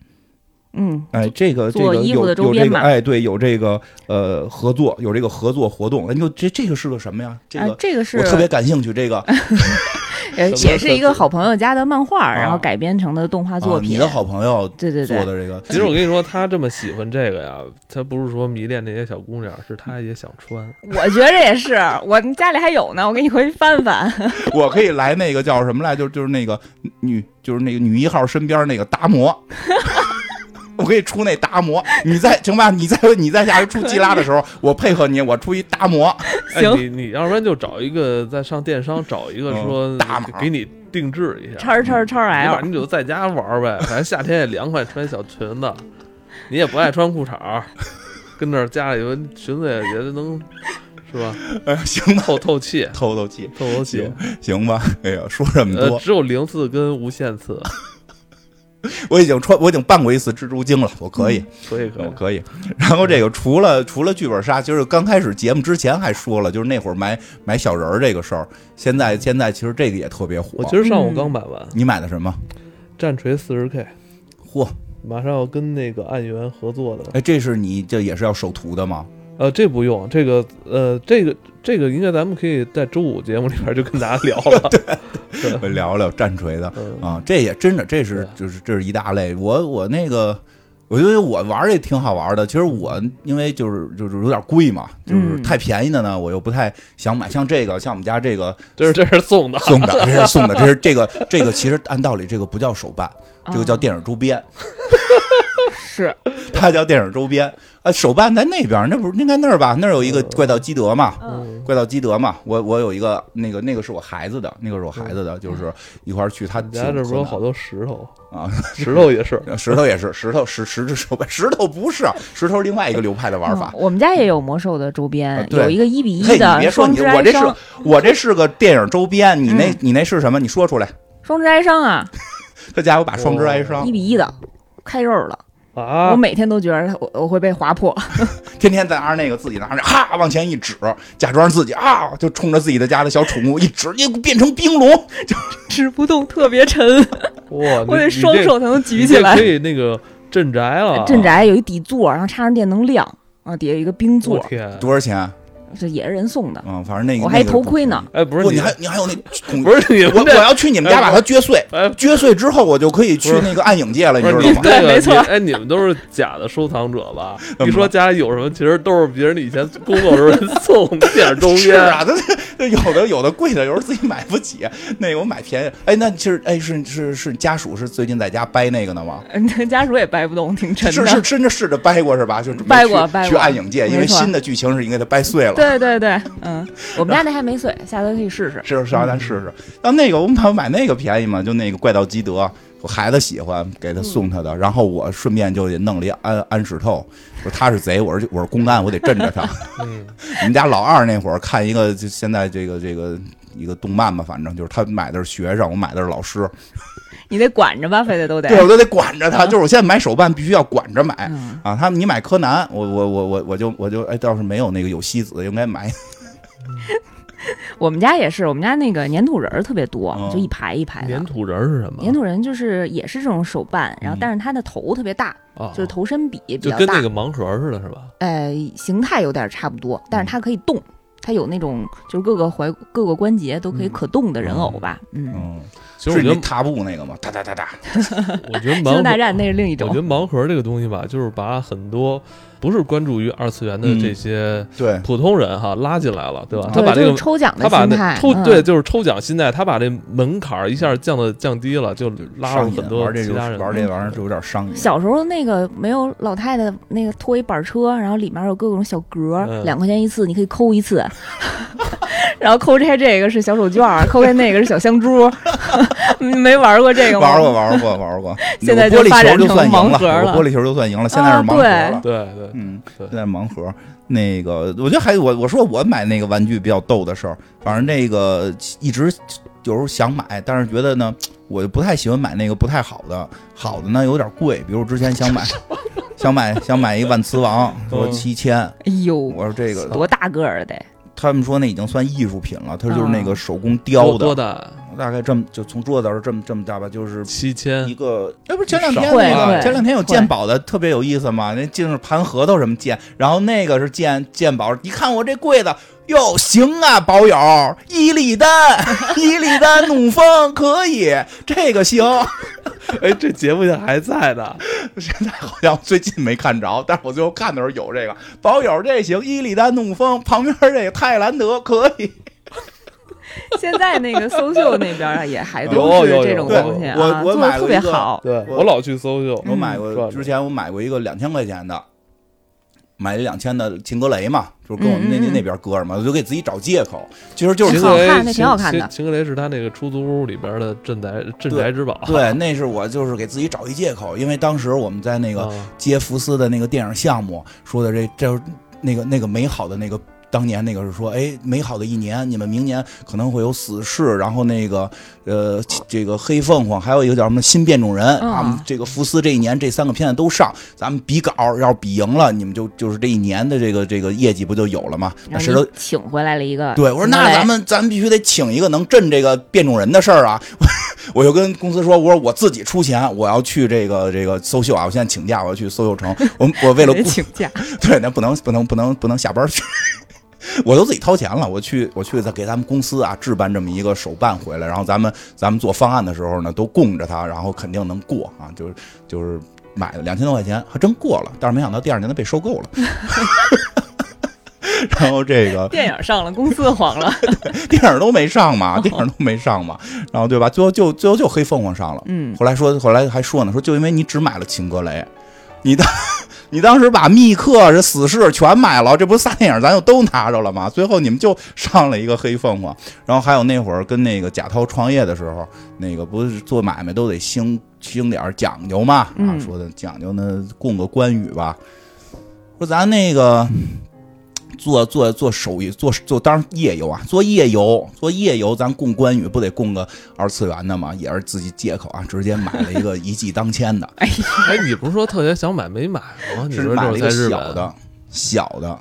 Speaker 3: 嗯，
Speaker 2: 哎，这个这
Speaker 3: 做
Speaker 2: 个
Speaker 3: 衣服
Speaker 2: 有
Speaker 3: 的周
Speaker 2: 有这
Speaker 3: 边
Speaker 2: 个
Speaker 3: 嘛
Speaker 2: 哎，对，有这个呃合作，有这个合作活动。哎，你说这这个是个什么呀？这
Speaker 3: 啊
Speaker 2: 个
Speaker 3: 这个是
Speaker 2: 我特别感兴趣。这个
Speaker 3: 呃
Speaker 1: 什么
Speaker 3: 也是一个好朋友家的漫画，然后改编成的动画作
Speaker 2: 啊
Speaker 3: 品。
Speaker 2: 你的好朋友
Speaker 3: 对对
Speaker 2: 做
Speaker 3: 对，
Speaker 2: 的这个，
Speaker 1: 其实我跟你说，他这么喜欢这个呀，他不是说迷恋那些小姑娘，是他也想穿。
Speaker 3: 我觉着也是，我家里还有呢，我给你回去翻翻。
Speaker 2: 我可以来那个叫什么来，就就是那个女，就是那个女一号身边那个达 摩。我可以出那达摩，你再行吧？你再你再下回出基拉的时候，我配合你，我出一达摩。
Speaker 1: 哎，
Speaker 3: 行
Speaker 1: 你你要不然就找一个在上电商找一个
Speaker 2: 嗯
Speaker 1: 说
Speaker 2: 大码
Speaker 1: 给你定制一下，
Speaker 3: 叉叉
Speaker 2: 嗯
Speaker 3: 叉
Speaker 1: 你把
Speaker 3: L，
Speaker 1: 你就在家玩儿呗，反正夏天也凉快，穿小裙子，你也不爱穿裤衩儿，跟那儿家里头裙子也也能是吧，
Speaker 2: 哎，行吧，
Speaker 1: 透透气，
Speaker 2: 透透气，
Speaker 1: 透透气。
Speaker 2: 行吧？哎呀，说这么
Speaker 1: 呃，
Speaker 2: 多，
Speaker 1: 只有零次跟无限次，
Speaker 2: 我已经穿，我已经扮过一次蜘蛛精了，我可以。
Speaker 1: 可以可
Speaker 2: 我
Speaker 1: 以。
Speaker 2: 可以。然后这个除了除了剧本杀，就是刚开始节目之前还说了，就是那会儿买买小人儿这个事儿，现在现在其实这个也特别火。
Speaker 1: 我今儿上午刚买完
Speaker 2: 你买的什么？
Speaker 1: 战锤四十 K，
Speaker 2: 嚯，
Speaker 1: 马上要跟那个暗源合作的了。
Speaker 2: 哎，这是你这也是要首图的吗？
Speaker 1: 呃，这不用，这个呃，这个这个应该咱们可以在周五节目里边就跟大家聊 了。
Speaker 2: 我呃聊聊战锤的
Speaker 1: 嗯
Speaker 2: 啊，这也真的，这是就是这是一大类。我我那个。我觉得我玩儿也挺好玩儿的。其实我因为就是就是有点贵嘛，就是
Speaker 3: 嗯
Speaker 2: 太便宜的呢，我又不太想买。像这个，像我们家这 个
Speaker 1: 这是这是送的，
Speaker 2: 送的，这是送的，这是这个这个其实按道理这个不叫手办，
Speaker 3: 啊
Speaker 2: 这个叫电影周边。
Speaker 3: 嗯是
Speaker 2: 它叫电影周边啊，手办在那边儿，那不是应该那儿吧？那儿有一
Speaker 1: 呃
Speaker 2: 个怪盗基德嘛，
Speaker 1: 嗯
Speaker 2: 怪盗基德嘛。我我有一个那个那个是我孩子的，那个是我孩子的，就是一块儿去他
Speaker 1: 你家这不是有好
Speaker 2: 多
Speaker 1: 多石头，
Speaker 2: 啊，
Speaker 1: 石头也 是。
Speaker 2: 呃石头也是石头石石只手办，石头不是石头，另外一个流派的玩法。
Speaker 3: 嗯我们家也有魔兽的周
Speaker 2: 啊
Speaker 3: 边，
Speaker 2: 对
Speaker 3: 有一个一比
Speaker 2: 嘿，
Speaker 3: 嗯一
Speaker 2: 你
Speaker 3: 的
Speaker 2: 别说
Speaker 3: 双
Speaker 2: 你，
Speaker 3: 之
Speaker 2: 我
Speaker 3: 哀
Speaker 2: 这是
Speaker 3: 伤，
Speaker 2: 我这是个电影周边，你那
Speaker 3: 嗯
Speaker 2: 你那是什么？你说出来。
Speaker 3: 双之哀伤啊，
Speaker 2: 这家伙把双肢哀伤
Speaker 3: 一，比一的，开肉了。
Speaker 1: 啊
Speaker 3: 我，每天都觉得我我会被划破，
Speaker 2: 天天在那儿那个自己拿着啊往前一指，假装自己啊就冲着自己的家的小宠物一指，就变成冰龙。
Speaker 3: 吃不动，特别沉，
Speaker 1: 哇，
Speaker 3: 我得
Speaker 1: 你
Speaker 3: 双手才能
Speaker 1: 你这
Speaker 3: 举起来
Speaker 1: 你这。可以啊那个镇宅了。
Speaker 3: 镇，宅有一底座，然后插上电能亮，啊，底下有一个冰
Speaker 1: 我
Speaker 3: 座，
Speaker 1: 天！
Speaker 2: 多少钱啊？
Speaker 3: 这也是人送的。
Speaker 2: 嗯，反正那个
Speaker 3: 我还头盔呢，
Speaker 1: 哎，不
Speaker 2: 那
Speaker 1: 是
Speaker 2: 个不
Speaker 1: 你
Speaker 2: 你还 你还有那恐
Speaker 1: 不是你
Speaker 2: 我
Speaker 1: 们
Speaker 2: 我
Speaker 1: 这，
Speaker 2: 要去你们家把它撅碎，
Speaker 1: 哎，
Speaker 2: 撅碎之后我就可以去
Speaker 1: 不是
Speaker 2: 那个暗影界了，你
Speaker 1: 不
Speaker 2: 知
Speaker 1: 是
Speaker 2: 道
Speaker 1: 你
Speaker 2: 吗？
Speaker 1: 这
Speaker 3: 对
Speaker 1: 个
Speaker 3: 没
Speaker 1: 你
Speaker 3: 错
Speaker 1: 哎，你们都是假的收藏者吧？
Speaker 2: 嗯
Speaker 1: 一说家里有什么，其实都是别人以前工作时候人送的电影周
Speaker 2: 是
Speaker 1: 边。
Speaker 2: 啊， 它它有的有的贵的，有时候自己买不起。那个我买便宜，哎，那其实哎是是是家属是最近在家掰那个呢吗？
Speaker 3: 嗯， 家属也掰不动，挺沉
Speaker 2: 是
Speaker 3: 的。
Speaker 2: 是真的试着掰过是吧？就是没
Speaker 3: 掰过
Speaker 2: 去
Speaker 3: 掰过
Speaker 2: 去暗影界，因为
Speaker 3: 没错
Speaker 2: 新的剧情是应该它掰碎了。
Speaker 3: 对对对，嗯，我们家那还没碎，下回可以试试。
Speaker 2: 是是啊，咱试试。那那个我们买那个便宜嘛，就那个怪盗基德，我孩子喜欢，给他送他的。然后我顺便就也弄了一安安石头，我说他是贼，我是我是公安，我得镇着他。
Speaker 1: 嗯，
Speaker 2: 我们家老二那会儿看一个，就现在这个这个一个动漫吧，反正就是他买的是学生，我买的是老师，
Speaker 3: 你得管着吧，非得都得。
Speaker 2: 对啊我都得管着他。就是我现在买手办必须要管着买
Speaker 3: 嗯，
Speaker 2: 啊。他你买柯南，我我我我我就我就哎，倒是没有那个有希子应该买
Speaker 3: 我们家也是，我们家那个粘土人儿特别多
Speaker 2: 嗯，
Speaker 3: 就一排一排的
Speaker 1: 粘。土人是什么？
Speaker 3: 粘土人就是也是这种手办，然后
Speaker 2: 嗯
Speaker 3: 但是它的头特别大，
Speaker 1: 啊，
Speaker 3: 就是头身比比
Speaker 1: 就
Speaker 3: 较
Speaker 1: 跟那
Speaker 3: 大
Speaker 1: 个，盲盒似的，是吧？
Speaker 3: 呃，形态有点差不多，但是它可以动，它有那种就是各个踝各个关节都可以
Speaker 1: 嗯
Speaker 3: 可动的人偶吧，嗯，
Speaker 2: 嗯，
Speaker 1: 其实
Speaker 2: 是
Speaker 1: 我觉
Speaker 2: 你
Speaker 1: 得，
Speaker 2: 踏步那个吗？哒哒哒哒，
Speaker 1: 我觉得
Speaker 3: 星球
Speaker 1: 盲
Speaker 3: 大
Speaker 1: 盒，
Speaker 3: 战那是另一
Speaker 1: 我觉
Speaker 3: 种
Speaker 1: 得。盲盒这个东西吧，就是把很多不是关注于二次元的
Speaker 2: 嗯
Speaker 1: 这些
Speaker 2: 对。
Speaker 1: 普通人哈拉进来了，对吧？他
Speaker 3: 对
Speaker 1: 把这
Speaker 3: 就是
Speaker 1: 个。
Speaker 3: 抽奖
Speaker 1: 他
Speaker 3: 的
Speaker 1: 把
Speaker 3: 心
Speaker 1: 那
Speaker 3: 态，
Speaker 1: 抽
Speaker 3: 嗯
Speaker 1: 对，就是抽奖心态，他把这门槛儿一下降的降低了，就拉了
Speaker 2: 上瘾
Speaker 1: 很多
Speaker 2: 玩这
Speaker 1: 其
Speaker 2: 就
Speaker 1: 他人。
Speaker 2: 玩这玩意儿就有点上瘾。
Speaker 3: 小时候那个没有老太太那个拖一板车，然后里面有各种小格儿
Speaker 1: 嗯，
Speaker 3: 两、块钱一次，你可以抠一次。 然后抠开这个是小手绢儿，抠开那个是小香珠。 没玩过这个吗？
Speaker 2: 玩过，玩过，玩 过。
Speaker 3: 现在
Speaker 2: 有玻
Speaker 3: 就发
Speaker 2: 璃球
Speaker 3: 展
Speaker 2: 就
Speaker 3: 成
Speaker 2: 算赢
Speaker 3: 盲盒
Speaker 2: 有
Speaker 3: 了
Speaker 2: 玻璃球就算赢了。现在是
Speaker 3: 啊
Speaker 2: 盲盒
Speaker 3: 对
Speaker 2: 了，
Speaker 1: 对对，
Speaker 2: 嗯，
Speaker 1: 对
Speaker 2: 现在盲盒。那个，我觉得还有我我说我买那个玩具比较逗的事儿，反正那个一直有时候想买，但是觉得呢，我就不太喜欢买那个不太好的，好的呢有点贵。比如我之前 想买，想买想买一万磁王，说
Speaker 1: 嗯
Speaker 2: 七千，
Speaker 3: 哎呦，
Speaker 2: 我说这个
Speaker 3: 多大个儿得？
Speaker 2: 他们说那已经算艺术品了，它就是那个
Speaker 3: 啊
Speaker 2: 手工雕
Speaker 1: 多多，
Speaker 2: 的
Speaker 1: 大
Speaker 2: 大概这么就从桌子上这么这么大吧，就是
Speaker 1: 七千
Speaker 2: 一，个，啊要不是前两天
Speaker 1: 少
Speaker 2: 那个，
Speaker 1: 会
Speaker 2: 前两天有
Speaker 3: 会
Speaker 2: 鉴宝的特别有意思嘛，那净是盘核桃什么鉴，然后那个是鉴鉴宝，一看我这柜子，哟，行啊，宝友，伊利丹， 伊利丹怒风可以，这个行。
Speaker 1: 哎，这节目现在还在呢，
Speaker 2: 现在好像最近没看着，但是我最后看的时候有这个宝友这行，伊利丹怒风旁边这个泰兰德可以。
Speaker 3: 现在那个搜秀那边啊，也还
Speaker 1: 有
Speaker 3: 都是
Speaker 1: 有有
Speaker 3: 这种
Speaker 1: 对
Speaker 3: 东西啊，
Speaker 2: 我我
Speaker 3: 做
Speaker 2: 买
Speaker 3: 的
Speaker 2: 了
Speaker 3: 特
Speaker 2: 一
Speaker 3: 别
Speaker 2: 个
Speaker 3: 好。
Speaker 1: 对
Speaker 2: 我
Speaker 1: 我老去搜秀，
Speaker 2: 我买
Speaker 1: 嗯
Speaker 2: 过，
Speaker 1: 转
Speaker 2: 之前我买过一个两千块钱的，买了两千的秦格雷嘛，就是跟我们那
Speaker 3: 嗯
Speaker 2: 那
Speaker 3: 嗯嗯
Speaker 2: 那边哥们儿嘛，我就给自己找借口，其实就
Speaker 1: 秦
Speaker 2: 是
Speaker 3: 好
Speaker 1: 格雷
Speaker 3: 看那挺好看的
Speaker 1: 秦秦格雷是他那个出租屋里边的镇宅镇
Speaker 2: 对
Speaker 1: 宅之宝。
Speaker 2: 对，那是我就是给自己找一借口，因为当时我们在那个
Speaker 1: 啊，
Speaker 2: 接福斯的那个电影项目说的这这那个那个美好的那个。当年那个是说，哎，美好的一年，你们明年可能会有死侍，然后那个，呃，这个黑凤凰，还有一个叫什么新变种人，
Speaker 3: 嗯
Speaker 2: 啊，我们这个福斯这一年这三个片子都上，咱们比稿，要是比赢了，你们就就是这一年的这个这个业绩不就有了吗？那
Speaker 3: 然
Speaker 2: 谁
Speaker 3: 后
Speaker 2: 都
Speaker 3: 你请回来了一个，
Speaker 2: 对，我说那咱们咱们必须得请一个能镇这个变种人的事儿啊！ 我就跟公司说，我说我自己出钱，我要去这个这个搜秀啊！我现在请假，我要去搜秀 城。我我为了
Speaker 3: 得
Speaker 2: 顾
Speaker 3: 请假，
Speaker 2: 对，那不能不能不能不能下班去， 我都自己掏钱了，我去我去再给咱们公司啊置办这么一个手办回来，然后咱们咱们做方案的时候呢，都供着它，然后肯定能过啊，就是就是买了两千多块钱，还真过了，但是没想到第二年它被收购了。 然后这个
Speaker 3: 电影上了，公司黄 了。
Speaker 2: 电影都没上嘛，电影都没上嘛，然后对吧？最后就最后就黑凤凰上了。
Speaker 3: 嗯，
Speaker 2: 后来说，后来还说呢，说就因为你只买了秦格雷，你当 你当时把密克这死侍全买了，这不是仨电影咱就都拿着了吗？最后你们就上了一个黑凤凰，然后还有那会儿跟那个贾涛创业的时候，那个不是做买卖都得兴兴点儿讲究嘛，啊，
Speaker 3: 嗯
Speaker 2: 说的讲究呢，供个关羽吧，说咱那个。做做做手艺，做做当然夜游啊，做夜游，做夜游，咱供关羽不得供个二次元的吗？也是自己借口啊，直接买了一个一骑当千的，
Speaker 3: 哎，
Speaker 1: 哎，你不是说特别想买没买吗？你
Speaker 2: 是
Speaker 1: 说
Speaker 2: 买了
Speaker 1: 这
Speaker 2: 一
Speaker 1: 在
Speaker 2: 个
Speaker 1: 日
Speaker 2: 小
Speaker 1: 本，
Speaker 2: 的，小的。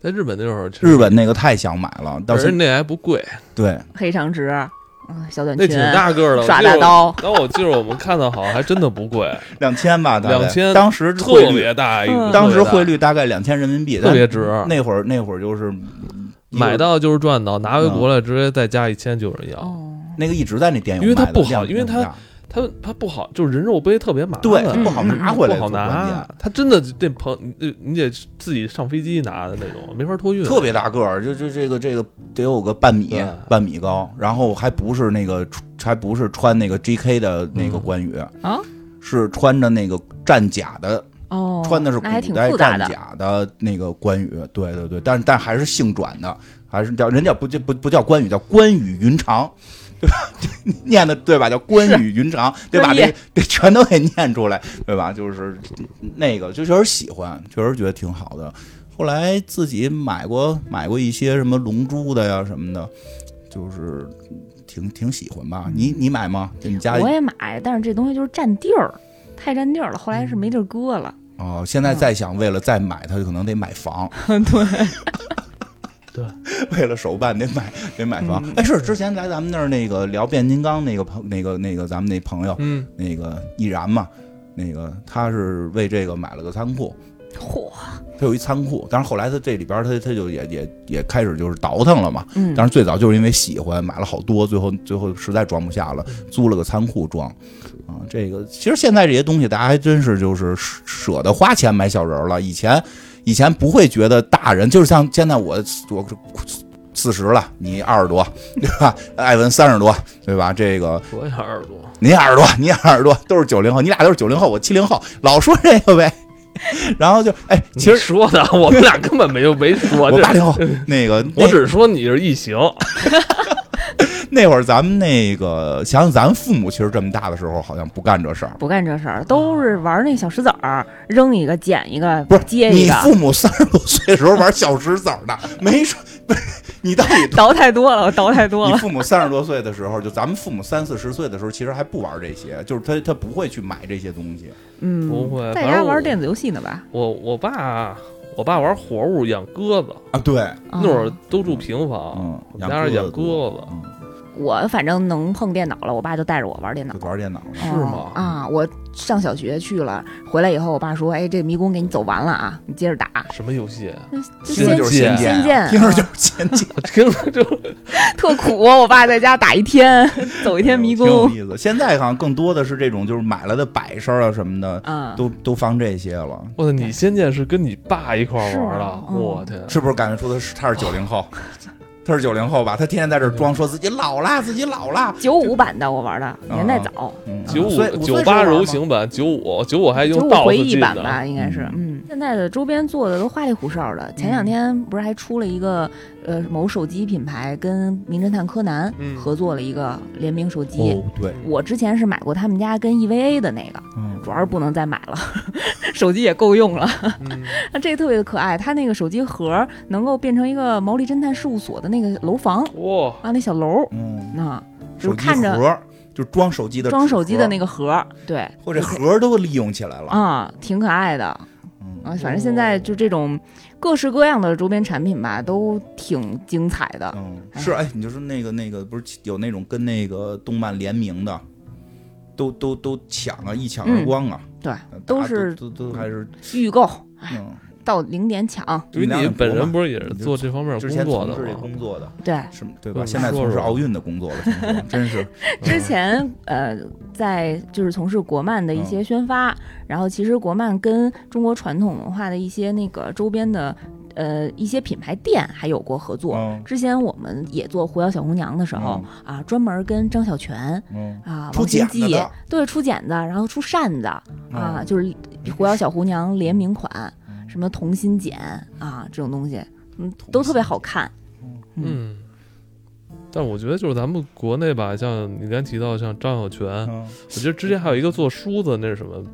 Speaker 1: 在日本那会儿其实
Speaker 2: 日本那个太想买了，到
Speaker 1: 而且
Speaker 2: 现
Speaker 1: 那还不贵，
Speaker 2: 对
Speaker 3: 黑长直，嗯，小短
Speaker 1: 那
Speaker 3: 裙
Speaker 1: 挺，大个儿的，我
Speaker 3: 耍
Speaker 1: 记得
Speaker 3: 大
Speaker 1: 我。
Speaker 3: 刀，
Speaker 1: 然后我记着我们看的好像还真的不贵，
Speaker 2: 两千吧，大概
Speaker 1: 2000
Speaker 2: 当时汇
Speaker 1: 特
Speaker 2: 率，
Speaker 1: 别大一个，
Speaker 3: 嗯
Speaker 2: 当时
Speaker 1: 特别大
Speaker 2: 汇率大概两千人民币，
Speaker 1: 特别值
Speaker 2: 但那会儿那会儿就是
Speaker 1: 买到就是赚到，拿回国来直接再加一千就有人要。
Speaker 3: 哦，
Speaker 2: 那个一直在那店有
Speaker 1: 因为它
Speaker 2: 卖的
Speaker 1: 不好
Speaker 2: 量
Speaker 1: 因为它
Speaker 2: 量大
Speaker 1: 它它不好，就是人肉杯特别麻烦，
Speaker 2: 对
Speaker 3: 嗯
Speaker 2: 不好拿回来，
Speaker 1: 不好拿。。它真的那朋你你得自己上飞机拿的那种，没法托运。
Speaker 2: 特别大个儿，就就这个这个得有个半米
Speaker 1: 对
Speaker 2: 半米高，然后还不是那个还不是穿那个 GK 的那个
Speaker 1: 嗯
Speaker 2: 关羽
Speaker 3: 啊，
Speaker 2: 是穿着那个战甲的，
Speaker 3: 哦，
Speaker 2: 穿的是古
Speaker 3: 那还挺
Speaker 2: 代
Speaker 3: 复
Speaker 2: 战
Speaker 3: 杂的，
Speaker 2: 甲的那个关羽，对对对，但但还是性转的，还是叫人家不就不不叫关羽，叫关羽云长。 对吧？念的对吧？叫关羽云长，对吧？
Speaker 3: 专业
Speaker 2: 得得全都给念出来，对吧？就是那个，就确实喜欢，确实觉得挺好的。后来自己买过买过一些什么龙珠的呀什么的，就是挺挺喜欢吧。你你买吗？就你家
Speaker 3: 我也买，但是这东西就是占地儿，太占地儿了，后来是
Speaker 2: 嗯
Speaker 3: 没地儿搁了。
Speaker 2: 哦，现在再想为了再买它，可能得买房。
Speaker 1: 对，
Speaker 2: 为了手办得买得买房。哎，是之前来咱们那儿那个聊变形金刚那个朋那个那个咱们那朋友
Speaker 1: 嗯，
Speaker 2: 那个易然嘛，那个他是为这个买了个仓库，
Speaker 3: 嚯，
Speaker 2: 他有一仓库，但是后来他这里边儿他他就也也也开始就是倒腾了嘛。
Speaker 3: 嗯，
Speaker 2: 当时最早就是因为喜欢买了好多，最后最后实在装不下了，租了个仓库装。啊，这个其实现在这些东西大家还真是就是舍舍得花钱买小人儿了。以前以前不会觉得大人，就是像现在我我四十了，你二十多，对吧？艾文三十多，对吧？这个
Speaker 1: 我也耳朵。
Speaker 2: 你耳朵，你耳朵都是九零后，你俩都是九零后，我七零后，老说这个呗。 然后就哎，其
Speaker 1: 你
Speaker 2: 实
Speaker 1: 说的，我们俩根本没有没说
Speaker 2: 我
Speaker 1: 这
Speaker 2: 八。零后，那个那
Speaker 1: 我只是说你是异形，
Speaker 2: 那会儿咱们那个想想，咱们父母其实这么大的时候，好像不干这事儿。
Speaker 3: 不干这事儿，都是玩那小石子儿，扔一个捡一个，
Speaker 2: 啊不是
Speaker 3: 接一
Speaker 2: 你
Speaker 3: 个，
Speaker 2: 父母三十多岁的时候玩小石子儿呢，没说不是你 到底多
Speaker 3: 倒太多了，我倒太多
Speaker 2: 你
Speaker 3: 了。
Speaker 2: 父母三十多岁的时候，就咱们父母三四十岁的时候，其实还不玩这些，就是他他不会去买这些东西。
Speaker 3: 嗯，
Speaker 1: 不会
Speaker 3: 在
Speaker 1: 反
Speaker 3: 家
Speaker 1: 正我
Speaker 3: 玩电子游戏呢吧？
Speaker 1: 我我爸我爸玩活物养鸽子，
Speaker 2: 啊，对，
Speaker 1: 那会儿
Speaker 3: 啊
Speaker 1: 都住平房
Speaker 2: 嗯，
Speaker 1: 我们家是养
Speaker 2: 鸽
Speaker 1: 鸽
Speaker 2: 子
Speaker 1: 子
Speaker 3: 哦
Speaker 2: 多，嗯
Speaker 3: 我反正能碰电脑了，我爸就带着我玩电脑
Speaker 2: 就。玩电脑了。
Speaker 1: 是吗
Speaker 3: 哦啊，我上小学去了，回来以后，我爸说：“哎，这迷宫给你走完了啊，你接着打。
Speaker 1: 什么游戏？啊
Speaker 3: 那”就
Speaker 1: 仙
Speaker 2: 听着
Speaker 3: 先
Speaker 2: 就是
Speaker 1: 仙
Speaker 2: 仙剑啊，
Speaker 3: 剑
Speaker 2: 听着就是 仙剑，
Speaker 1: 我听着就
Speaker 3: 特苦，啊我爸在家打一天， 走一天迷
Speaker 2: 挺有
Speaker 3: 宫。
Speaker 2: 意思。现在好像更多的是这种，就是买了的摆设啊什么的，
Speaker 3: 嗯，
Speaker 2: 都都放这些了。
Speaker 1: 我操！你仙剑是跟你爸一块儿玩的
Speaker 3: 是吗，嗯
Speaker 1: 我天！
Speaker 2: 是不是感觉出他是他是九零 后？他是九零后吧？他天天在这装，说自己老啦，自己老啦。
Speaker 3: 九五版的我玩的，年代早，
Speaker 2: 嗯
Speaker 1: 九
Speaker 2: 五岁
Speaker 1: 五
Speaker 2: 五
Speaker 1: 九
Speaker 2: 岁
Speaker 1: 八
Speaker 2: 时候玩吗
Speaker 1: 柔情版，九五九五还
Speaker 3: 九
Speaker 1: 用
Speaker 3: 五
Speaker 1: 道
Speaker 3: 回
Speaker 1: 士
Speaker 3: 忆
Speaker 1: 进
Speaker 3: 版
Speaker 1: 的，
Speaker 3: 吧，应该是。嗯，现在的周边做的都花里胡哨的。前两天不是还出了一个呃某手机品牌跟《名侦探柯南
Speaker 1: 嗯》
Speaker 3: 合作了一个联名手机。
Speaker 2: 哦，对，
Speaker 3: 我之前是买过他们家跟 EVA 的那个，
Speaker 2: 嗯
Speaker 3: 主要是不能再买了， 手机也够用了。
Speaker 1: 嗯
Speaker 3: 那这个特别的可爱，它那个手机盒能够变成一个毛利侦探事务所的那个楼房
Speaker 1: 哇，
Speaker 3: 啊，那小楼，
Speaker 2: 嗯，
Speaker 3: 那
Speaker 2: 手
Speaker 3: 就是
Speaker 2: 机
Speaker 3: 看着
Speaker 2: 盒儿就装手机的
Speaker 3: 装手机的那
Speaker 2: 个，
Speaker 3: 个盒，对，
Speaker 2: 或者盒儿都利用起来了。
Speaker 3: 啊，挺可爱的。
Speaker 2: 嗯，
Speaker 3: 啊，反正现在就这种各式各样的周边产品吧，都挺精彩的。
Speaker 2: 嗯，是哎，你就说那个那个不是有那种跟那个动漫联名的，都都都抢啊，一抢而光啊，
Speaker 3: 对，
Speaker 2: 大家
Speaker 3: 嗯都是
Speaker 2: 都都还是
Speaker 3: 预购哎
Speaker 2: 嗯，
Speaker 3: 到零点抢，
Speaker 1: 因为你本人不是也是
Speaker 2: 你就
Speaker 1: 做这方面
Speaker 2: 之
Speaker 1: 工
Speaker 2: 前
Speaker 1: 作
Speaker 2: 从
Speaker 1: 的
Speaker 2: 事这
Speaker 1: 吗？
Speaker 2: 工作的，
Speaker 3: 对。
Speaker 2: 是吗对
Speaker 1: 嗯
Speaker 2: 吧？现在
Speaker 1: 说
Speaker 2: 从事
Speaker 1: 说
Speaker 2: 奥运的工作了，听说真 是
Speaker 3: 之前呃，在就是从事国漫的一些宣发，然后其实国漫跟中国传统文化的一些那个周边的呃一些品牌店还有过合作。
Speaker 2: 嗯
Speaker 3: 之前我们也做《狐妖小红娘》的时候啊，专门跟张小泉
Speaker 2: 嗯
Speaker 3: 啊、
Speaker 2: 出
Speaker 3: 王
Speaker 2: 剪
Speaker 3: 心
Speaker 2: 子
Speaker 3: 记
Speaker 2: 的
Speaker 3: 对出剪子，然后出扇子啊，
Speaker 2: 嗯
Speaker 3: 就是狐妖小红娘联名款，
Speaker 2: 嗯
Speaker 3: 什么同心茧啊这种东西，嗯，都特别好看。
Speaker 1: 嗯，但我觉得就是咱们国内吧，像你刚才提到像张小泉，
Speaker 2: 嗯
Speaker 1: 我觉得之前还有一个做梳子，那是什么？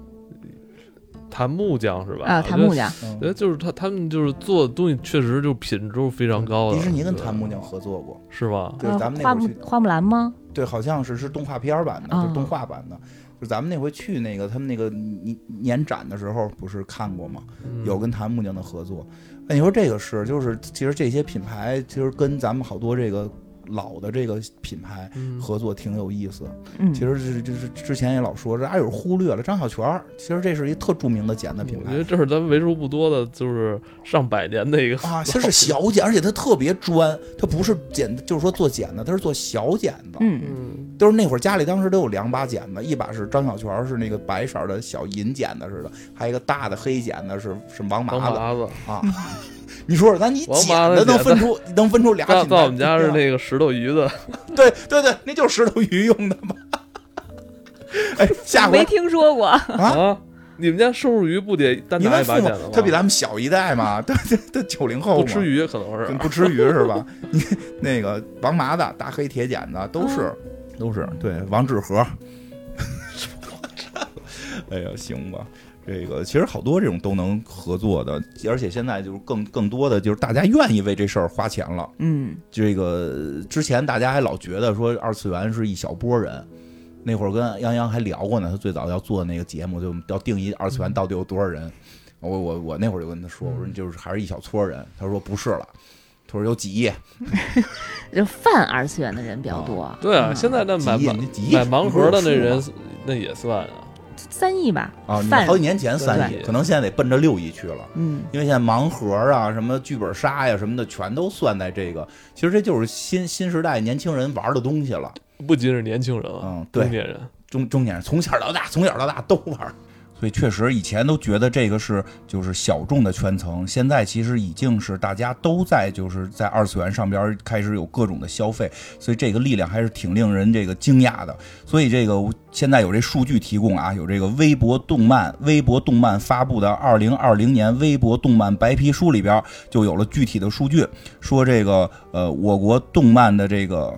Speaker 1: 檀木匠是吧？
Speaker 3: 啊，檀木
Speaker 1: 我觉得。
Speaker 3: 匠，
Speaker 2: 嗯
Speaker 1: 呃，就是他，他们就是做的东西，确实就是品质都是非常高的。
Speaker 2: 迪士尼跟
Speaker 1: 对
Speaker 2: 檀木匠合作过，
Speaker 1: 是吧？
Speaker 2: 对，
Speaker 3: 啊
Speaker 2: 咱们那
Speaker 3: 花
Speaker 2: 会儿
Speaker 3: 木
Speaker 2: 去，
Speaker 3: 花木兰吗？
Speaker 2: 对，好像是是动画片儿版的，
Speaker 3: 啊
Speaker 2: 就是动画版的。就咱们那回去那个他们那个年年展的时候，不是看过吗？
Speaker 1: 嗯
Speaker 2: 有跟檀木匠的合作。哎，你说这个是，就是其实这些品牌其实跟咱们好多这个老的这个品牌
Speaker 1: 嗯
Speaker 2: 合作挺有意思。
Speaker 3: 嗯，
Speaker 2: 其实是就是之前也老说，这还有忽略了张小泉儿，其实这是一特著名的剪的品
Speaker 1: 嗯我觉得
Speaker 2: 牌
Speaker 1: 这是咱们为数不多的，就是上百年的一个
Speaker 2: 啊，它是小剪，而且它特别专，它不是剪，就是说做剪的，它是做小剪子。
Speaker 3: 嗯，
Speaker 1: 嗯，
Speaker 2: 就是那会儿家里当时都有两把剪子，一把是张小泉儿是那个白色儿的小银剪子似的，还有一个大的黑剪子是是王
Speaker 1: 当
Speaker 2: 麻子
Speaker 1: 麻子。
Speaker 2: 啊。你说说，咱你
Speaker 1: 王
Speaker 2: 剪
Speaker 1: 麻子
Speaker 2: 子能
Speaker 1: 剪
Speaker 2: 分出能分出俩
Speaker 1: 在
Speaker 2: 品牌啊
Speaker 1: 在我们家是那个石头鱼子，
Speaker 2: 对对对，那就是石头鱼用的嘛。 哎，下
Speaker 3: 没
Speaker 2: 回
Speaker 3: 听说过。
Speaker 2: 啊
Speaker 1: 啊，你们家收入鱼不得单
Speaker 2: 你
Speaker 1: 拿
Speaker 2: 问
Speaker 1: 一把
Speaker 2: 父
Speaker 1: 剪
Speaker 2: 母
Speaker 1: 子吗？，
Speaker 2: 他比咱们小一代嘛，他他他九零后
Speaker 1: 不
Speaker 2: 嘛
Speaker 1: 吃鱼可能是
Speaker 2: 不吃鱼是吧？ 你那个王麻子、大黑铁剪子都是，都是对王致和。哎呀，行吧，这个其实好多这种都能合作的，而且现在就是更更多的就是大家愿意为这事儿花钱了。
Speaker 3: 嗯，
Speaker 2: 这个之前大家还老觉得说二次元是一小波人。那会儿跟杨洋还聊过呢，他最早要做那个节目，就要定义二次元到底有多少人。我我我那会儿就跟他说，我
Speaker 1: 嗯
Speaker 2: 说你就是还是一小撮人。他说不是了，他说有几亿，
Speaker 3: 就泛二次元的人比较多。
Speaker 1: 对啊，
Speaker 3: 嗯
Speaker 1: 现在那买
Speaker 2: 几亿
Speaker 1: 盲
Speaker 2: 你几亿
Speaker 1: 买盲盒的那
Speaker 2: 你
Speaker 1: 人
Speaker 2: 不是有数吗
Speaker 1: 那也算啊，
Speaker 3: 三亿吧。
Speaker 2: 啊，你
Speaker 3: 泛
Speaker 2: 好几年前
Speaker 1: 对
Speaker 2: 三
Speaker 1: 对
Speaker 2: 亿，可能现在得奔着六亿去了。
Speaker 3: 嗯，
Speaker 2: 因为现在盲盒啊、什么剧本杀呀、什么的，全都算在这个。其实这就是新新时代年轻人玩的东西了。
Speaker 1: 不仅是年轻人啊，
Speaker 2: 嗯，对
Speaker 1: 中，年人，
Speaker 2: 中中年人从小到大，从小到大都玩儿。所以确实，以前都觉得这个是就是小众的圈层，现在其实已经是大家都在就是在二次元上边儿开始有各种的消费，所以这个力量还是挺令人这个惊讶的。所以这个我现在有这数据提供啊，有这个微博动漫微博动漫发布的二零二零年微博动漫白皮书里边儿就有了具体的数据，说这个呃我国动漫的这个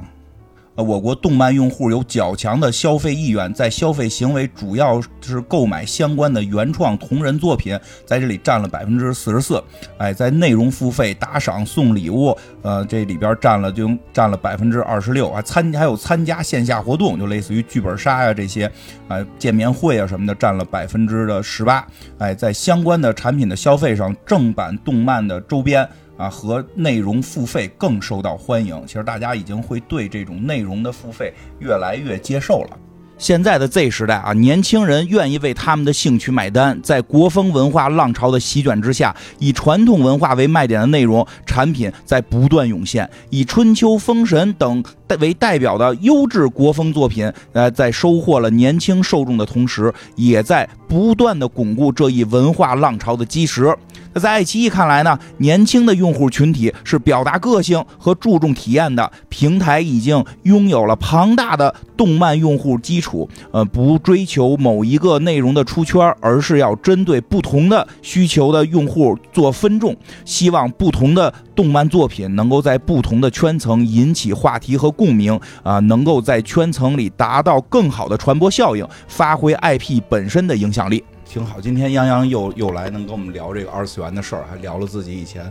Speaker 2: 呃，我国动漫用户有较强的消费意愿，在消费行为主要是购买相关的原创同人作品，在这里占了百分之四十四。哎，在内容付费、打赏、送礼物，呃，这里边占了就占了百分之二十六啊。参还有参加线下活动，就类似于剧本杀呀、这些，啊、见面会啊什么的，占了百分之的十八。哎，在相关的产品的消费上，正版动漫的周边。啊和内容付费更受到欢迎。其实大家已经会对这种内容的付费越来越接受了。现在的 Z 时代啊，年轻人愿意为他们的兴趣买单，在国风文化浪潮的席卷之下，以传统文化为卖点的内容产品在不断涌现，以春秋、封神等为代表的优质国风作品，呃，在收获了年轻受众的同时，也在不断的巩固这一文化浪潮的基石。那在爱奇艺看来呢，年轻的用户群体是表达个性和注重体验的，平台已经拥有了庞大的动漫用户基础。呃，不追求某一个内容的出圈儿，而是要针对不同的需求的用户做分众，希望不同的动漫作品能够在不同的圈层引起话题和共鸣啊、能够在圈层里达到更好的传播效应，发挥 IP 本身的影响力。挺好，今天泱泱又又来能跟我们聊这个二次元的事儿，还聊了自己以前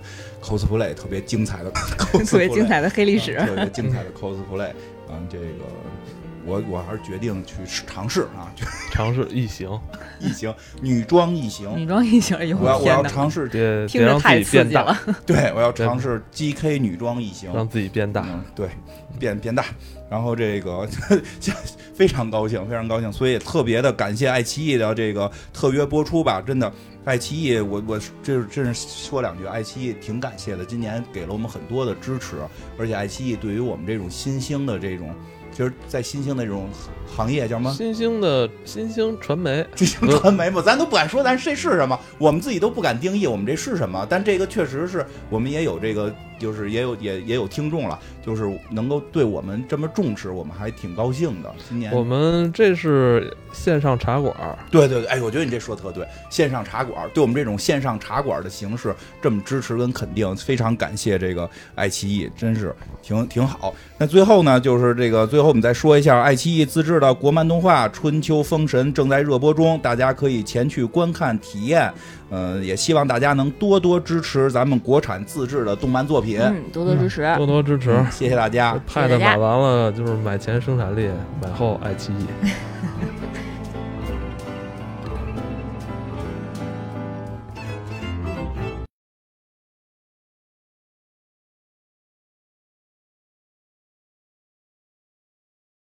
Speaker 2: cosplay 特别精彩的 cosplay，
Speaker 3: 特别精彩的黑历史
Speaker 2: 啊。特别精彩的 cosplay 啊，这个我我还是决定去尝试啊，就
Speaker 1: 尝试异形，
Speaker 2: 异形女装异形，
Speaker 3: 女装异形，哎呦
Speaker 2: 我要
Speaker 3: 我
Speaker 2: 我要
Speaker 3: 天哪！
Speaker 2: 尝试，
Speaker 1: 得
Speaker 3: 听
Speaker 1: 得
Speaker 3: 着
Speaker 1: 让自
Speaker 3: 太
Speaker 1: 己
Speaker 3: 刺
Speaker 1: 变
Speaker 3: 激
Speaker 1: 大，
Speaker 3: 了，
Speaker 2: 对我要
Speaker 1: 真的
Speaker 2: 尝试 GK 女装异
Speaker 3: 啊
Speaker 2: 形，
Speaker 1: 让自己变大。
Speaker 2: 嗯，对，变变大，然后这个 非常高兴，非常高兴，所以也特别的感谢爱奇艺的这个特约播出吧，真的，爱奇艺，我我这真是说两句，爱奇艺挺感谢的，今年给了我们很多的支持，而且爱奇艺对于我们这种新兴的这种，其实，在新兴的这种行业叫什么？
Speaker 1: 新兴的新兴传媒，
Speaker 2: 这些传媒嘛，咱都不敢说咱这是什么，我们自己都不敢定义我们这是什么。但这个确实是我们也有这个，就是也有也也有听众了，就是能够对我们这么重视，我们还挺高兴的。今年
Speaker 1: 我们这是线上茶馆儿，
Speaker 2: 对对对，哎，我觉得你这说得特对，线上茶馆对我们这种线上茶馆的形式这么支持跟肯定，非常感谢这个爱奇艺，真是挺挺好。那最后呢，就是这个最后我们再说一下，爱奇艺自制的国漫动画《春秋封神》正在热播中，大家可以前去观看体验。呃，也希望大家能多多支持咱们国产自制的动漫作品，嗯
Speaker 3: 嗯，多多支持，
Speaker 2: 哎
Speaker 1: 多多支持。
Speaker 2: 谢谢大家。
Speaker 1: 派的买完了就是买前生产力，买后爱奇艺。